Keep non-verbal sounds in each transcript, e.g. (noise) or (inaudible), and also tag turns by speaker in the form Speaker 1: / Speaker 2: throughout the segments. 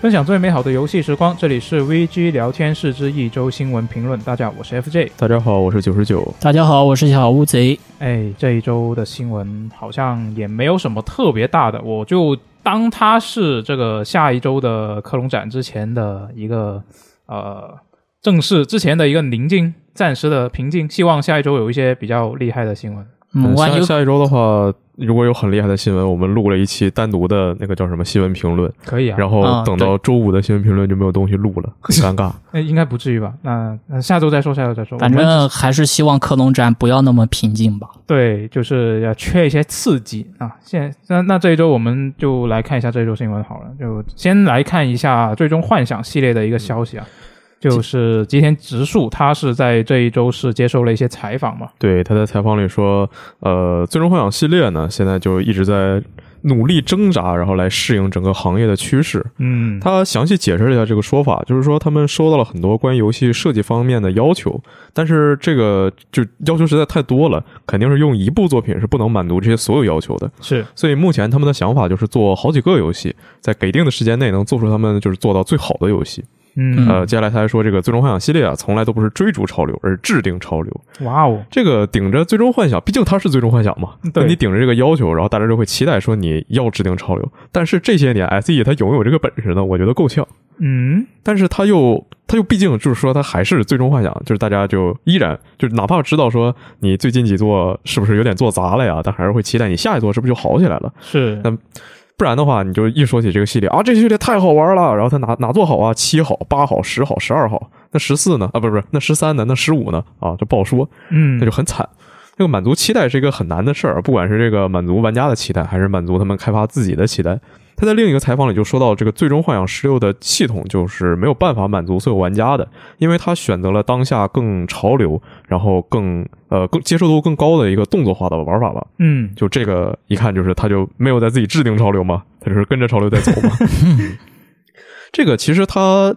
Speaker 1: 分享最美好的游戏时光，这里是 VG 聊天室之一周新闻评论。大家，我是 FJ。
Speaker 2: 大家好，我是九十九。
Speaker 3: 大家好，我是小乌贼。
Speaker 1: 哎，这一周的新闻好像也没有什么特别大的，我就当它是这个下一周的科隆展之前的一个呃正式之前的一个宁静，暂时的平静。希望下一周有一些比较厉害的新闻。
Speaker 3: 嗯，
Speaker 2: 嗯
Speaker 3: 万
Speaker 2: 下
Speaker 3: 一
Speaker 2: 下一周的话，如果有很厉害的新闻，我们录了一期单独的那个叫什么新闻评论，
Speaker 1: 可以啊，
Speaker 2: 然
Speaker 3: 啊
Speaker 2: 后等到周五的新闻评论就没有东西录
Speaker 3: (laughs)
Speaker 2: 了，很尴尬。
Speaker 1: 那哎应该不至于吧？那那下周再说，下周再说。
Speaker 3: 反
Speaker 1: 我们
Speaker 3: 正还是希望克隆展不要那么平静吧。
Speaker 1: 对，就是要缺一些刺激啊。现那那这一周我们就来看一下这一周新闻好了，就先来看一下《最终幻想》系列的一个消息啊，
Speaker 2: 嗯
Speaker 1: 就是吉田直树他是在这一周是接受了一些采访嘛，
Speaker 2: 对，他在采访里说，呃，《最终幻想》系列呢，现在就一直在努力挣扎，然后来适应整个行业的趋势。
Speaker 1: 嗯，
Speaker 2: 他详细解释了一下这个说法，就是说他们收到了很多关于游戏设计方面的要求，但是这个就要求实在太多了，肯定是用一部作品是不能满足这些所有要求的。
Speaker 1: 是
Speaker 2: 所以目前他们的想法就是做好几个游戏，在给定的时间内能做出他们就是做到最好的游戏。
Speaker 1: 嗯，
Speaker 2: 呃，接下来他还说，这个《最终幻想》系列啊，从来都不是追逐潮流，而是制定潮流。
Speaker 1: 哇哦，
Speaker 2: 这个顶着最终幻想，毕竟它是最终幻想嘛，
Speaker 1: 嗯对
Speaker 2: 那你顶着这个要求，然后大家就会期待说你要制定潮流。但是这些年 S E 它有没有这个本事呢？我觉得够呛。
Speaker 1: 嗯，
Speaker 2: 但是它又它又毕竟就是说它还是最终幻想，就是大家就依然就是哪怕知道说你最近几座是不是有点做砸了呀，但还是会期待你下一座是不是就好起来了。
Speaker 1: 是
Speaker 2: 那不然的话，你就一说起这个系列啊，这系列太好玩了，然后它哪哪座好啊？七好、八好、十好、十二好，那十四呢？啊，不是不是，那十三呢？那十五呢？啊，就不好说。
Speaker 1: 嗯
Speaker 2: 那就很惨。这个满足期待是一个很难的事儿，啊不管是这个满足玩家的期待，还是满足他们开发自己的期待。他在另一个采访里就说到，这个《最终幻想十六》的系统就是没有办法满足所有玩家的，因为他选择了当下更潮流，然后更呃更接受度更高的一个动作化的玩法吧。
Speaker 1: 嗯，
Speaker 2: 就这个一看就是他就没有在自己制定潮流嘛，他就是跟着潮流在走嘛。这个其实他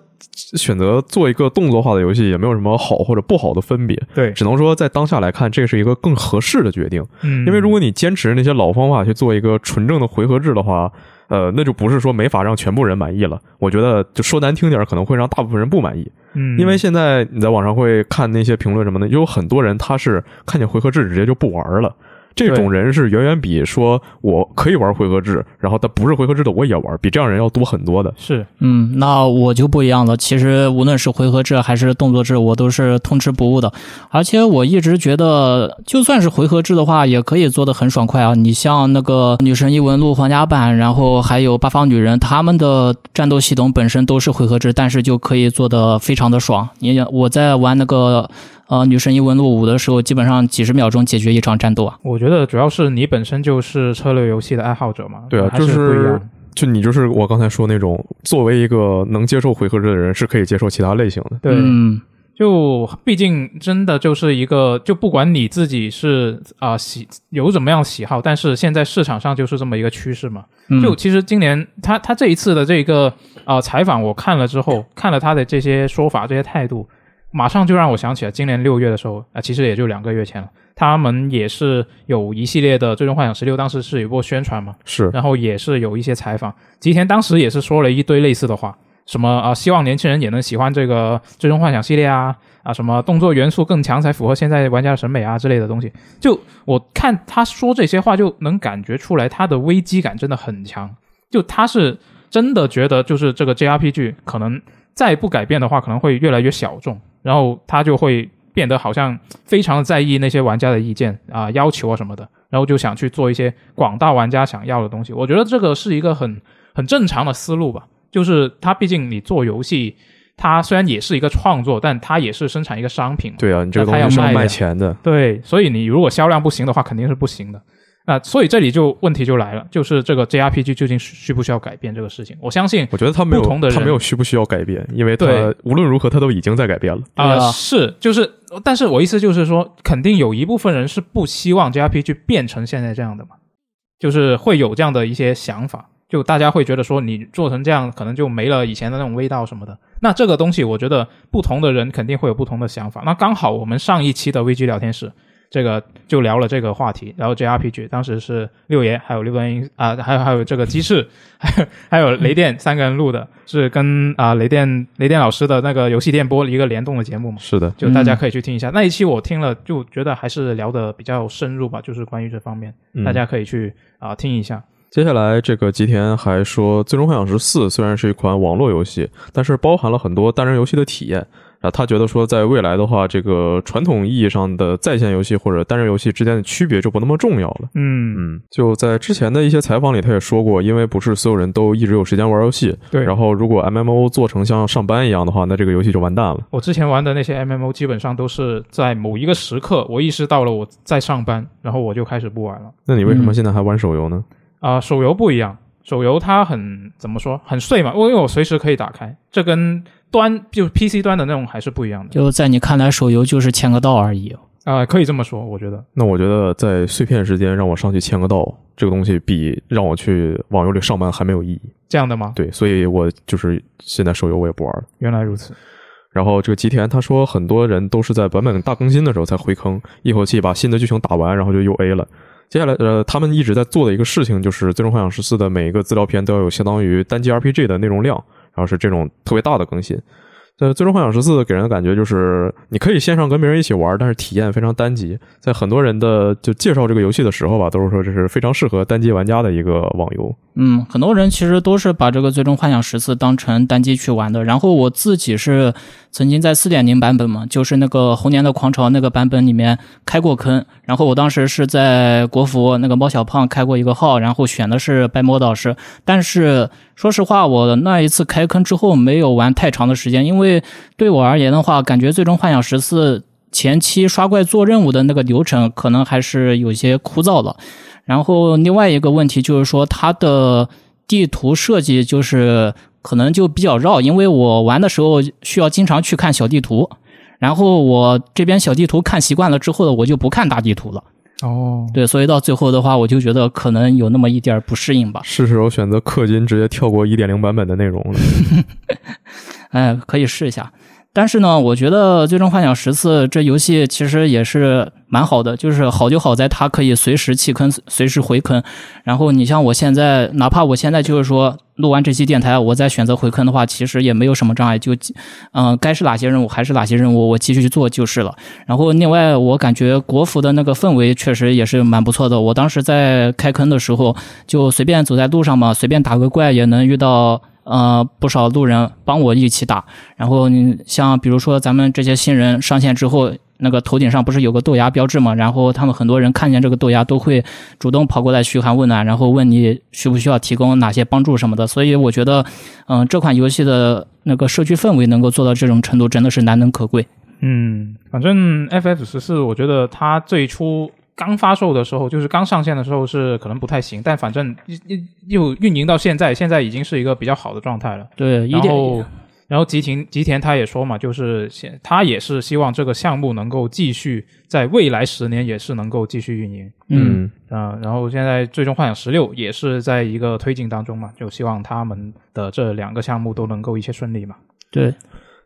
Speaker 2: 选择做一个动作化的游戏，也没有什么好或者不好的分别。
Speaker 1: 对，
Speaker 2: 只能说在当下来看，这是一个更合适的决定。
Speaker 1: 嗯，
Speaker 2: 因为如果你坚持那些老方法去做一个纯正的回合制的话，呃，那就不是说没法让全部人满意了。我觉得就说难听点儿，可能会让大部分人不满意。
Speaker 1: 嗯，
Speaker 2: 因为现在你在网上会看那些评论什么的，有很多人他是看见回合制直接就不玩了。这种人是远远比说我可以玩回合制，然后但不是回合制的我也玩，比这样人要多很多的。
Speaker 1: 是
Speaker 3: 嗯，那我就不一样了。其实无论是回合制还是动作制，我都是通吃不误的。而且我一直觉得，就算是回合制的话，也可以做得很爽快啊。你像那个《女神异闻录》皇家版，然后还有《八方女人》，他们的战斗系统本身都是回合制，但是就可以做得非常的爽。你我在玩那个呃《女神异闻录五》的时候，基本上几十秒钟解决一场战斗啊。
Speaker 1: 我觉得主要是你本身就是策略游戏的爱好者嘛，
Speaker 2: 对啊
Speaker 1: 还
Speaker 2: 就是是
Speaker 1: 不一样，
Speaker 2: 就你就是我刚才说那种，作为一个能接受回合制的人，是可以接受其他类型的。
Speaker 1: 对，
Speaker 3: 嗯，
Speaker 1: 就毕竟真的就是一个，就不管你自己是啊、喜有怎么样喜好，但是现在市场上就是这么一个趋势嘛。
Speaker 3: 嗯
Speaker 1: 就其实今年他他这一次的这个啊、采访，我看了之后，看了他的这些说法、这些态度，马上就让我想起来，今年六月的时候啊、其实也就两个月前了，他们也是有一系列的《最终幻想十六》，当时是有一波宣传嘛，
Speaker 2: 是，
Speaker 1: 然后也是有一些采访，吉田当时也是说了一堆类似的话，什么啊、希望年轻人也能喜欢这个《最终幻想》系列啊，啊，什么动作元素更强才符合现在玩家的审美啊之类的东西。就我看他说这些话，就能感觉出来他的危机感真的很强，就他是真的觉得就是这个 JRPG 可能再不改变的话，可能会越来越小众，然后他就会变得好像非常的在意那些玩家的意见啊、要求啊什么的，然后就想去做一些广大玩家想要的东西。我觉得这个是一个很很正常的思路吧，就是它毕竟你做游戏，它虽然也是一个创作，但它也是生产一个商品嘛。
Speaker 2: 对啊，你这个
Speaker 1: 那
Speaker 2: 东
Speaker 1: 他
Speaker 2: 西是
Speaker 1: 要卖
Speaker 2: 卖
Speaker 1: 的
Speaker 2: 钱的。
Speaker 1: 对，所以你如果销量不行的话，肯定是不行的。那所以这里就问题就来了，就是这个 JRPG 究竟需需不需要改变这个事情？我相信
Speaker 2: 我觉得他没有，
Speaker 1: 不同的人
Speaker 2: 他没有需不需要改变，因为
Speaker 1: 对
Speaker 2: 他无论如何他都已经在改变了。
Speaker 1: 啊、
Speaker 3: 对啊
Speaker 1: 是就是，但是我意思就是说，肯定有一部分人是不希望 JRPG 变成现在这样的嘛，就是会有这样的一些想法，就大家会觉得说你做成这样，可能就没了以前的那种味道什么的。那这个东西，我觉得不同的人肯定会有不同的想法。那刚好我们上一期的危机聊天室这个就聊了这个话题，然后 JRPG 当时是六爷还有六段音啊、还有还有这个鸡翅，还有 (laughs) 还有雷电三个人录的，是跟啊、雷电雷电老师的那个游戏电波一个联动的节目嘛，
Speaker 2: 是的，
Speaker 1: 就大家可以去听一下、那一期，我听了就觉得还是聊的比较深入吧，就是关于这方面，
Speaker 2: 嗯
Speaker 1: 大家可以去啊、听一下。
Speaker 2: 接下来，这个吉田还说，《最终幻想十四》虽然是一款网络游戏，但是包含了很多单人游戏的体验。啊，他觉得说，在未来的话，这个传统意义上的在线游戏或者单人游戏之间的区别就不那么重要了。
Speaker 1: 嗯，
Speaker 2: 嗯，就在之前的一些采访里，他也说过，因为不是所有人都一直有时间玩游戏。
Speaker 1: 对。
Speaker 2: 然后，如果 MMO 做成像上班一样的话，那这个游戏就完蛋了。
Speaker 1: 我之前玩的那些 MMO 基本上都是在某一个时刻，我意识到了我在上班，然后我就开始不玩了。
Speaker 2: 那你为什么
Speaker 3: 嗯
Speaker 2: 现在还玩手游呢？
Speaker 1: 啊、手游不一样，手游它很怎么说，很碎嘛，因为我随时可以打开，这跟端就是 PC 端的那种还是不一样的。
Speaker 3: 就在你看来，手游就是签个到而已。
Speaker 1: 啊、可以这么说，我觉得。
Speaker 2: 那我觉得，在碎片时间让我上去签个到，这个东西比让我去网游里上班还没有意义。
Speaker 1: 这样的吗？
Speaker 2: 对，所以我就是现在手游我也不玩了。
Speaker 1: 原来如此。
Speaker 2: 然后这个吉田他说，很多人都是在版本大更新的时候才回坑，一口气把新的剧情打完，然后就又 A 了。接下来，呃，他们一直在做的一个事情就是，《最终幻想十四》的每一个资料片都要有相当于单机 RPG 的内容量，然后是这种特别大的更新。呃，《最终幻想十四》给人的感觉就是，你可以线上跟别人一起玩，但是体验非常单级。在很多人的就介绍这个游戏的时候吧，都是说这是非常适合单机玩家的一个网游。
Speaker 3: 嗯，很多人其实都是把这个《最终幻想十四》当成单机去玩的。然后我自己是曾经在四点零版本嘛，就是那个猴年的狂潮那个版本里面开过坑。然后我当时是在国服那个猫小胖开过一个号，然后选的是白魔导师。但是说实话，我那一次开坑之后没有玩太长的时间，因为对我而言的话，感觉《最终幻想十四》前期刷怪做任务的那个流程可能还是有些枯燥的。然后另外一个问题就是说，它的地图设计就是可能就比较绕，因为我玩的时候需要经常去看小地图，然后我这边小地图看习惯了之后呢，我就不看大地图了。
Speaker 1: 哦，
Speaker 3: 对，所以到最后的话，我就觉得可能有那么一点儿不适应吧。
Speaker 2: 是时候选择氪金，直接跳过一点零版本的内容了。
Speaker 3: 哎，可以试一下。但是呢，我觉得《最终幻想十四》这游戏其实也是蛮好的，就是好就好在它可以随时弃坑，随时回坑。然后你像我现在，哪怕我现在就是说录完这期电台，我再选择回坑的话，其实也没有什么障碍，就嗯、该是哪些任务还是哪些任务，我继续去做就是了。然后另外，我感觉国服的那个氛围确实也是蛮不错的。我当时在开坑的时候，就随便走在路上嘛，随便打个怪也能遇到呃不少路人帮我一起打。然后你像比如说咱们这些新人上线之后，那个头顶上不是有个豆芽标志嘛？然后他们很多人看见这个豆芽都会主动跑过来嘘寒问啊暖，然后问你需不需要提供哪些帮助什么的。所以我觉得，嗯、这款游戏的那个社区氛围能够做到这种程度，真的是难能可贵。
Speaker 1: 嗯，反正 FF 十四，我觉得它最初刚发售的时候，就是刚上线的时候是可能不太行，但反正又又运营到现在，现在已经是一个比较好的状态了。
Speaker 3: 对，一
Speaker 1: 然
Speaker 3: 点
Speaker 1: 后，然后吉田吉田他也说嘛，就是现他也是希望这个项目能够继续在未来十年也是能够继续运营。
Speaker 3: 嗯，
Speaker 1: 啊、然后现在《最终幻想十六》也是在一个推进当中嘛，就希望他们的这两个项目都能够一切顺利嘛。
Speaker 3: 对，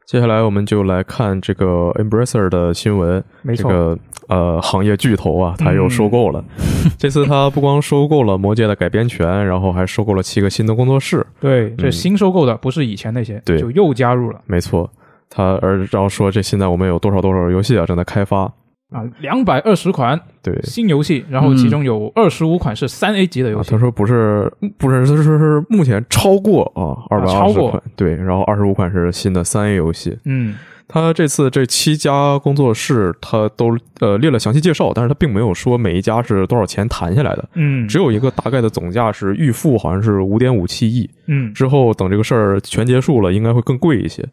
Speaker 2: 接下来我们就来看这个 Embracer 的新闻，
Speaker 1: 没
Speaker 2: 这
Speaker 1: 错，嗯
Speaker 2: 个呃行业巨头啊，他又收购了。 (laughs) 这次他不光收购了《魔戒》的改编权，然后还收购了七个新的工作室。
Speaker 1: 对，这是
Speaker 2: 嗯
Speaker 1: 新收购的，不是以前那些，
Speaker 2: 对
Speaker 1: 就又加入了
Speaker 2: 没错，他而然后说这现在我们有多少多少游戏啊正在开发。
Speaker 1: 啊，两百二十款
Speaker 2: 对，嗯
Speaker 1: 新游戏，然后其中有二十五款是三 A 级的游
Speaker 2: 啊、
Speaker 1: 戏
Speaker 2: 他，说不是不是，他说是目前超过啊二百
Speaker 1: 啊
Speaker 2: 二
Speaker 1: 超
Speaker 2: 十
Speaker 1: 过
Speaker 2: 款，对，然后二十五款是新的三 A 游戏。
Speaker 1: 嗯，
Speaker 2: 他这次这七家工作室，他都呃列了详细介绍，但是他并没有说每一家是多少钱谈下来的。
Speaker 1: 嗯，
Speaker 2: 只有一个大概的总价是预付，好像是五点五七亿。
Speaker 1: 嗯
Speaker 2: 之后等这个事儿全结束了，应该会更贵一些。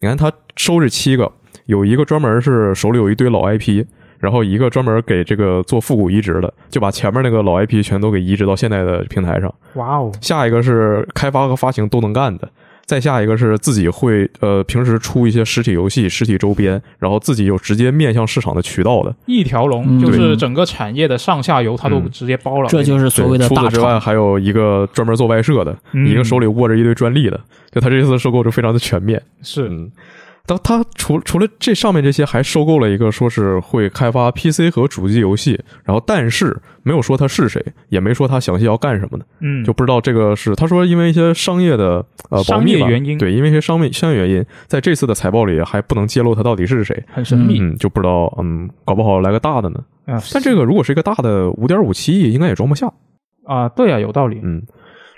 Speaker 2: 你看他收这七个，有一个专门是手里有一堆老 IP，然后一个专门给这个做复古移植的，就把前面那个老 IP 全都给移植到现在的平台上。
Speaker 1: 哇哦，
Speaker 2: 下一个是开发和发行都能干的。再下一个是自己会呃平时出一些实体游戏、实体周边，然后自己有直接面向市场的渠道的，
Speaker 1: 一条龙
Speaker 3: 嗯
Speaker 1: 就是整个产业的上下游，它都
Speaker 2: 嗯
Speaker 1: 直接包了。
Speaker 3: 这就是所谓的
Speaker 2: 对除
Speaker 3: 大
Speaker 2: 此之外，
Speaker 3: 厂。
Speaker 2: 还有一个专门做外设的，
Speaker 1: 嗯
Speaker 2: 一个手里握着一堆专利的。就他这次收购就非常的全面。
Speaker 1: 是
Speaker 2: 嗯，当他除除了这上面这些，还收购了一个说是会开发 PC 和主机游戏，然后但是没有说他是谁，也没说他详细要干什么的，
Speaker 1: 嗯，
Speaker 2: 就不知道这个是他说因为一些商业的呃保
Speaker 1: 商
Speaker 2: 密
Speaker 1: 业
Speaker 2: 吧
Speaker 1: 原因
Speaker 2: 对，因为一些商业商业原因，在这次的财报里还不能揭露他到底是谁，
Speaker 1: 很神秘
Speaker 2: 嗯，就不知道嗯，搞不好来个大的呢。
Speaker 1: 啊
Speaker 2: 但这个如果是一个大的五点五七亿，应该也装不下。
Speaker 1: 啊，对啊，有道理，
Speaker 2: 嗯，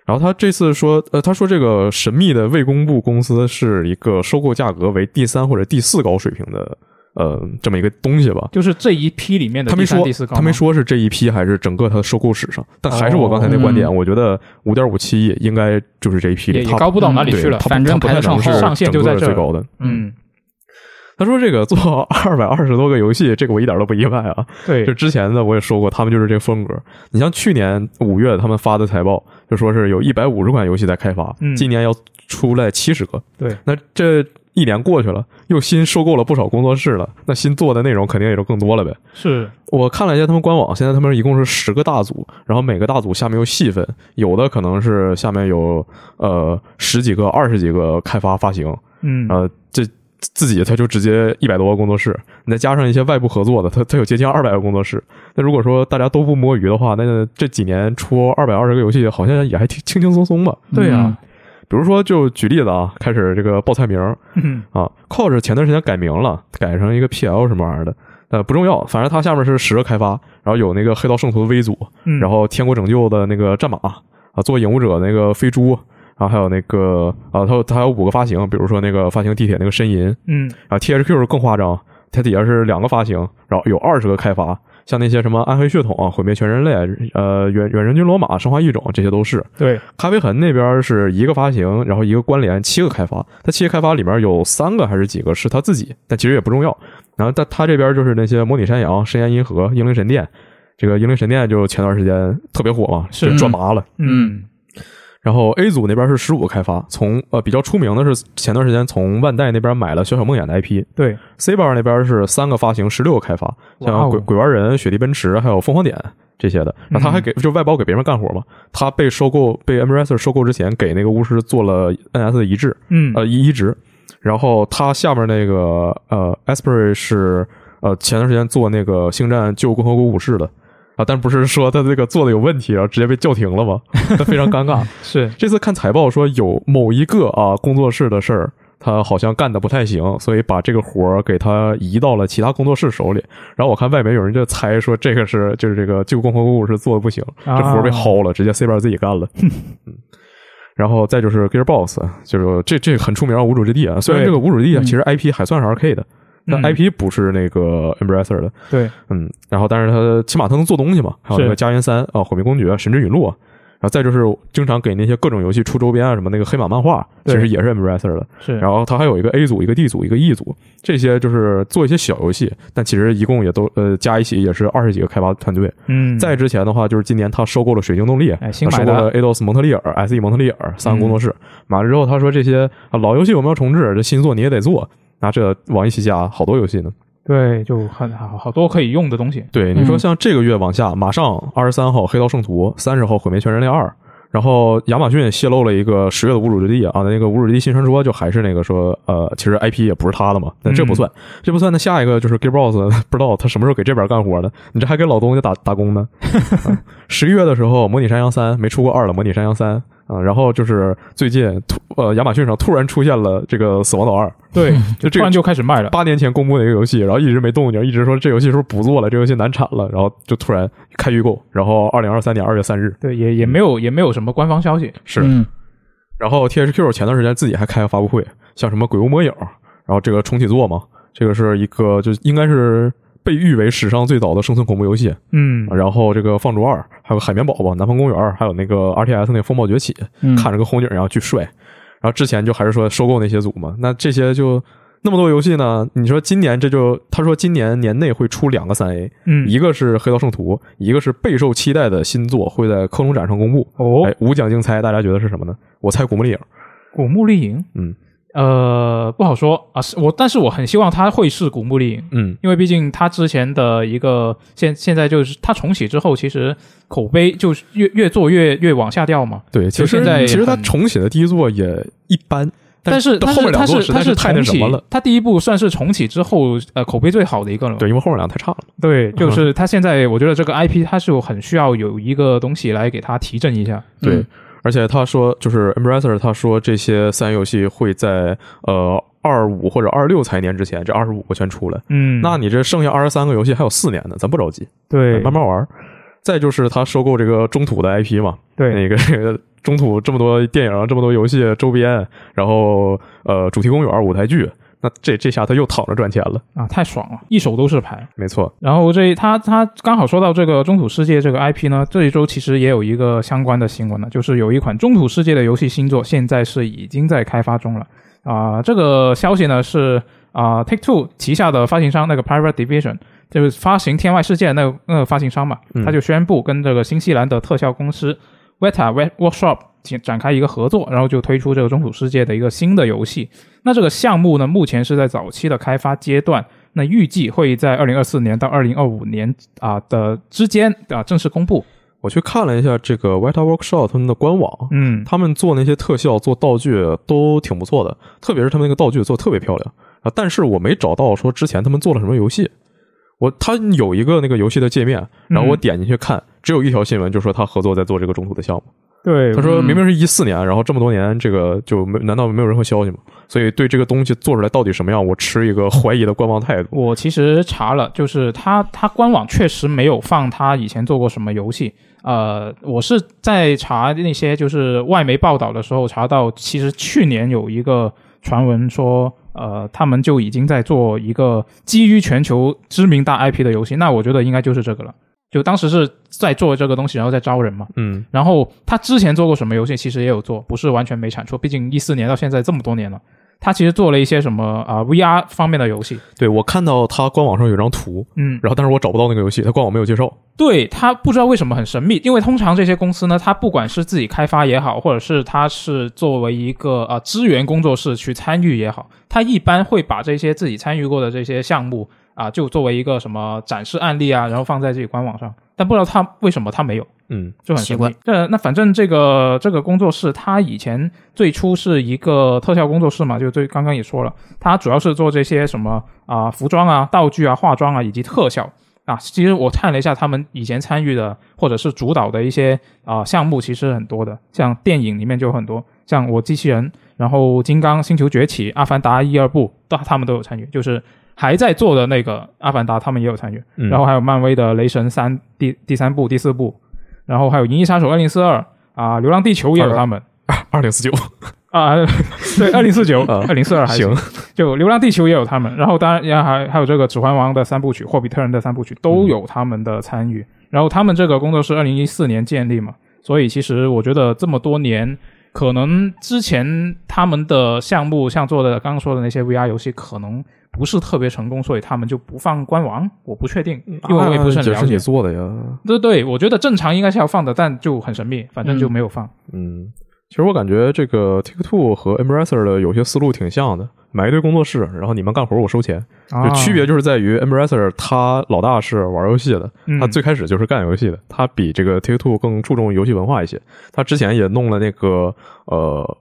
Speaker 2: 然后他这次说，呃，他说这个神秘的未公布公司是一个收购价格为第三或者第四高水平的，呃，这么一个东西吧。
Speaker 1: 就是这一批里面的
Speaker 2: 他没
Speaker 1: 第三、
Speaker 2: 说
Speaker 1: 第四，高吗，
Speaker 2: 他没说是这一批还是整个它的收购史上，但还是我刚才那观点，
Speaker 3: 哦
Speaker 2: 我觉得五点五七亿应该就是这一批
Speaker 1: 嗯也
Speaker 2: 里，
Speaker 1: 也
Speaker 2: 它
Speaker 1: 高不到哪里
Speaker 2: 对
Speaker 1: 去了
Speaker 2: 它，不
Speaker 3: 反正
Speaker 2: 它不
Speaker 3: 排
Speaker 2: 太
Speaker 3: 得上
Speaker 2: 能是
Speaker 1: 号上限就在
Speaker 2: 整个
Speaker 1: 这儿
Speaker 2: 最高的。
Speaker 1: 嗯，
Speaker 2: 他说这个做二百二十多个游戏，这个我一点都不意外啊，
Speaker 1: 对
Speaker 2: 就，之前的我也说过，他们就是这个风格。你像去年五月他们发的财报，就说是有一百五十款游戏在开发，
Speaker 1: 嗯
Speaker 2: 今年要出来七十个。
Speaker 1: 对，
Speaker 2: 那这一年过去了，又新收购了不少工作室了，那新做的内容肯定也就更多了呗。
Speaker 1: 是
Speaker 2: 我看了一下他们官网，现在他们一共是十个大组，然后每个大组下面有细分，有的可能是下面有呃十几个、二十几个开发发行，
Speaker 1: 嗯
Speaker 2: 呃，这自己他就直接一百多个工作室，你再加上一些外部合作的，他他有接近二百个工作室。那如果说大家都不摸鱼的话，那这几年出二百二十个游戏，好像也还挺轻轻松松吧。
Speaker 1: 对啊
Speaker 3: 嗯
Speaker 2: 比如说，就举例子啊，开始这个报菜名儿
Speaker 1: 嗯
Speaker 2: 啊，COS 前段时间改名了，改成一个 PL 什么玩意儿的，呃，不重要，反正它下面是十个开发，然后有那个黑道圣徒的 V 组，
Speaker 1: 嗯，
Speaker 2: 然后天国拯救的那个战马啊，做影武者那个飞猪，然后还有那个啊，它有它有五个发行，比如说那个发行地铁那个呻吟，
Speaker 1: 嗯
Speaker 2: 啊，THQ 更夸张，它底下是两个发行，然后有二十个开发，像那些什么暗黑血统啊、毁灭全人类、呃远远人军罗马、生化异种，这些都是。
Speaker 1: 对，
Speaker 2: 咖啡痕那边是一个发行，然后一个关联，七个开发。它七个开发里面有三个还是几个是他自己，但其实也不重要。然后但他这边就是那些模拟山羊、深渊银河、英灵神殿，这个英灵神殿就前段时间特别火嘛，
Speaker 1: 是
Speaker 2: 就赚麻了。
Speaker 1: 嗯
Speaker 2: 然后 A 组那边是十五开发，从呃比较出名的是前段时间从万代那边买了小小梦魇的 IP，
Speaker 1: 对，
Speaker 2: C 班那边是三个发行，十六个开发，
Speaker 1: 哇哦
Speaker 2: 像鬼鬼玩人、雪地奔驰还有凤凰点这些的。然后他还
Speaker 1: 嗯
Speaker 2: 给、就外包给别人干活嘛。他被收购被 Embracer 收购之前，给那个巫师做了 NS 的移植，
Speaker 1: 嗯
Speaker 2: 呃移移植。然后他下面那个呃 Asprey 是呃前段时间做那个星战旧共和国武士的啊，但不是说他这个做的有问题，然后直接被叫停了嘛，他非常尴尬。
Speaker 1: 是
Speaker 2: 这次看财报说有某一个啊工作室的事儿，他好像干的不太行，所以把这个活儿给他移到了其他工作室手里。然后我看外媒有人就猜说这个是就是这个旧共和国故事做的不行，这
Speaker 1: 啊
Speaker 2: 活儿被薅了，直接 C 班自己
Speaker 1: (laughs)
Speaker 2: 干了。嗯然后再就是 Gearbox，就是这这很出名啊，无主之地啊。虽然
Speaker 1: 对
Speaker 2: 这个无主之地啊，
Speaker 3: 嗯
Speaker 2: 其实 IP 还算是 RK 的，
Speaker 1: 嗯
Speaker 2: 但 IP 不是那个 Embracer 的。
Speaker 1: 对，
Speaker 2: 嗯，然后但是他起码他能做东西嘛，还有那个
Speaker 1: 是
Speaker 2: 《家园三》啊，《毁灭公爵》《神之陨落》，然后再就是经常给那些各种游戏出周边啊，什么那个黑马漫画，其
Speaker 1: 对
Speaker 2: 实也是 Embracer 的。
Speaker 1: 是，
Speaker 2: 然后他还有一个 A 组、一个 D 组、一个 E 组，这些就是做一些小游戏，但其实一共也都呃加一起也是二十几个开发团队。
Speaker 1: 嗯，
Speaker 2: 再之前的话，就是今年他收购了水晶动力，啊
Speaker 1: 哎新
Speaker 2: 收
Speaker 1: 买
Speaker 2: 购
Speaker 1: 的嗯
Speaker 2: 了 Ados 蒙特利尔、SE 蒙特利尔三个工作室。买了之后，他说这些啊老游戏我们要重置，这新作你也得做。那这网易旗下好多游戏呢。
Speaker 1: 对，就很好好多可以用的东西，
Speaker 2: 对，你说
Speaker 3: 嗯
Speaker 2: 像这个月往下，马上二十三号《黑道圣徒》，三十号《毁灭全人类二》，然后亚马逊也泄露了一个十月的《无主之地》啊，那个《无主之地》新传说就还是那个说，呃，其实 IP 也不是他的嘛，但这不算，这不算。那下一个就是 Gearbox，不知道他什么时候给这边干活呢？你这还给老东家打打工呢？啊十、一月的时候，《模拟山羊三》没出过二了，《模拟山羊三》啊，然后就是最近突呃亚马逊上突然出现了这个《死亡岛二》，
Speaker 1: 对，
Speaker 2: 就 (laughs) 这
Speaker 1: 突
Speaker 2: 个
Speaker 1: 然就开始卖了，
Speaker 2: 八年前公布的一个游戏，然后一直没动静，一直说这游戏是不是不做了，这游戏难产了，然后就突然开预购，然后二零二三年二月三日
Speaker 1: 对，也也没有也没有什么官方消息，
Speaker 2: 是
Speaker 3: 嗯
Speaker 2: 然后 THQ 前段时间自己还开个发布会，像什么《鬼屋魔影》，然后这个重启作嘛，这个是一个就应该是被誉为史上最早的生存恐怖游戏，
Speaker 1: 嗯，
Speaker 2: 然后这个《放逐二》，还有《海绵宝宝》《南方公园》，还有那个 RTS 那个《风暴崛起》，
Speaker 3: 嗯，
Speaker 2: 看着跟红警一样巨帅。然后之前就还是说收购那些组嘛，那这些就那么多游戏呢？你说今年这就他说今年年内会出两个三 A，、
Speaker 1: 嗯，
Speaker 2: 一个是《黑道圣徒》，一个是备受期待的新作会在科隆展上公布。
Speaker 1: 哦
Speaker 2: 哎，，无奖竞猜，大家觉得是什么呢？我猜《古墓丽影》。
Speaker 1: 古墓丽影，
Speaker 2: 嗯，
Speaker 1: 呃，不好说啊，是我，但是我很希望它会是古墓丽影。
Speaker 2: 嗯，
Speaker 1: 因为毕竟它之前的一个现现在就是它重启之后，其实口碑就是越越做越越往下掉嘛。
Speaker 2: 对，其
Speaker 1: 就
Speaker 2: 实
Speaker 1: 现在
Speaker 2: 其实他
Speaker 1: 很
Speaker 2: 重写的第一作也一般，
Speaker 1: 但是
Speaker 2: 后面两
Speaker 1: 它
Speaker 2: 座
Speaker 1: 是
Speaker 2: 实
Speaker 1: 它
Speaker 2: 在
Speaker 1: 是
Speaker 2: 太那
Speaker 1: 重
Speaker 2: 什
Speaker 1: 启
Speaker 2: 么了，，
Speaker 1: 它第一部算是重启之后呃口碑最好的一个了。
Speaker 2: 对，因为后面两个太差了。 (laughs)
Speaker 1: 对，就是它现在我觉得这个 IP 它是有很需要有一个东西来给它提振一下。
Speaker 2: 对，
Speaker 3: 嗯
Speaker 2: 而且他说，就是 Embracer 他说这些三 A 游戏会在呃二五或者二六财年之前，这二十五个全出来。
Speaker 1: 嗯，
Speaker 2: 那你这剩下二十三个游戏还有四年呢，咱不着急，
Speaker 1: 对
Speaker 2: 慢慢玩儿。再就是他收购这个中土的 IP 嘛，
Speaker 1: 对
Speaker 2: 那个这个 (laughs) 中土这么多电影、啊这么多游戏周边，然后呃主题公园、舞台剧，那这这下他又躺着赚钱了，
Speaker 1: 啊，太爽了，一手都是牌。
Speaker 2: 没错，
Speaker 1: 然后这他他刚好说到这个中土世界这个 IP 呢，这一周其实也有一个相关的新闻呢，就是有一款中土世界的游戏新作，现在是已经在开发中了啊、这个消息呢是啊、Take Two 旗下的发行商那个 Private Division，就是发行《天外世界》那个那个发行商嘛，
Speaker 2: 嗯
Speaker 1: 他就宣布跟这个新西兰的特效公司 Weta Wet Workshop 展展开一个合作，然后就推出这个中土世界的一个新的游戏。那这个项目呢，目前是在早期的开发阶段，那预计会在二零二四年到二零二五年啊、的之间啊、正式公布。
Speaker 2: 我去看了一下这个 White Hat Workshop 他们的官网，
Speaker 1: 嗯，
Speaker 2: 他们做那些特效、做道具都挺不错的，特别是他们那个道具做得特别漂亮啊。但是我没找到说之前他们做了什么游戏。我他有一个那个游戏的界面，然后我点进去看，只有一条新闻，就说他合作在做这个中途的项目。
Speaker 1: 对
Speaker 2: 他说
Speaker 3: 嗯
Speaker 2: 明明是一四年，然后这么多年，这个就没难道没有任何消息吗？所以对这个东西做出来到底什么样，我持一个怀疑的观望态度。
Speaker 1: 我其实查了，就是他他官网确实没有放他以前做过什么游戏。呃，我是在查那些就是外媒报道的时候查到，其实去年有一个传闻说，呃，他们就已经在做一个基于全球知名大 IP 的游戏。那我觉得应该就是这个了。就当时是在做这个东西，然后再招人嘛。
Speaker 2: 嗯，
Speaker 1: 然后他之前做过什么游戏，其实也有做，不是完全没产出。毕竟一四年到现在这么多年了，他其实做了一些什么啊、VR 方面的游戏。
Speaker 2: 对我看到他官网上有一张图，
Speaker 1: 嗯，
Speaker 2: 然后但是我找不到那个游戏，他官网没有介绍。
Speaker 1: 对他不知道为什么很神秘，因为通常这些公司呢，它不管是自己开发也好，或者是它是作为一个啊、呃支援工作室去参与也好，它一般会把这些自己参与过的这些项目啊、就作为一个什么展示案例啊，然后放在自己官网上。但不知道他为什么他没有，
Speaker 2: 嗯，
Speaker 1: 就很神
Speaker 3: 奇怪
Speaker 1: 秘。这那反正这个这个工作室，它以前最初是一个特效工作室嘛，就最刚刚也说了，它主要是做这些什么啊、服装啊、道具啊、化妆啊以及特效啊。其实我看了一下，他们以前参与的或者是主导的一些啊、项目，其实很多的，像电影里面就有很多，像我机器人，然后金刚、星球崛起、阿凡达一二部，都他们都有参与，就是。还在做的那个《阿凡达》，他们也有参与，
Speaker 2: 嗯
Speaker 1: 然后还有漫威的《雷神三》第第三部、第四部，然后还有《银翼杀手二零四二》啊，《流浪地球》也有他们
Speaker 2: 二零四九
Speaker 1: 啊， (laughs) 对，二零四九、
Speaker 2: (laughs) 啊
Speaker 1: 二零四二还
Speaker 2: 行
Speaker 1: 行，，就《流浪地球》也有他们，然后当然也还还有这个《指环王》的三部曲，《霍比特人》的三部曲
Speaker 2: 嗯
Speaker 1: 都有他们的参与。然后他们这个工作室二零一四年建立嘛，所以其实我觉得这么多年，可能之前他们的项目像做的刚刚说的那些 VR 游戏，可能不是特别成功，所以他们就不放官网，我不确定，因为我也不是
Speaker 2: 啊
Speaker 1: 很
Speaker 2: 也
Speaker 1: 了
Speaker 2: 是
Speaker 1: 解
Speaker 2: 你。做的呀。
Speaker 1: 对对，我觉得正常应该是要放的，但就很神秘，反正就没有放。
Speaker 2: 嗯，其实我感觉这个 Take Two 和 Embracer 的有些思路挺像的，买一堆工作室，然后你们干活我收钱，
Speaker 1: 啊
Speaker 2: 就区别就是在于 Embracer 他老大是玩游戏的，
Speaker 1: 嗯
Speaker 2: 他最开始就是干游戏的，他比这个 Take Two 更注重游戏文化一些，他之前也弄了那个呃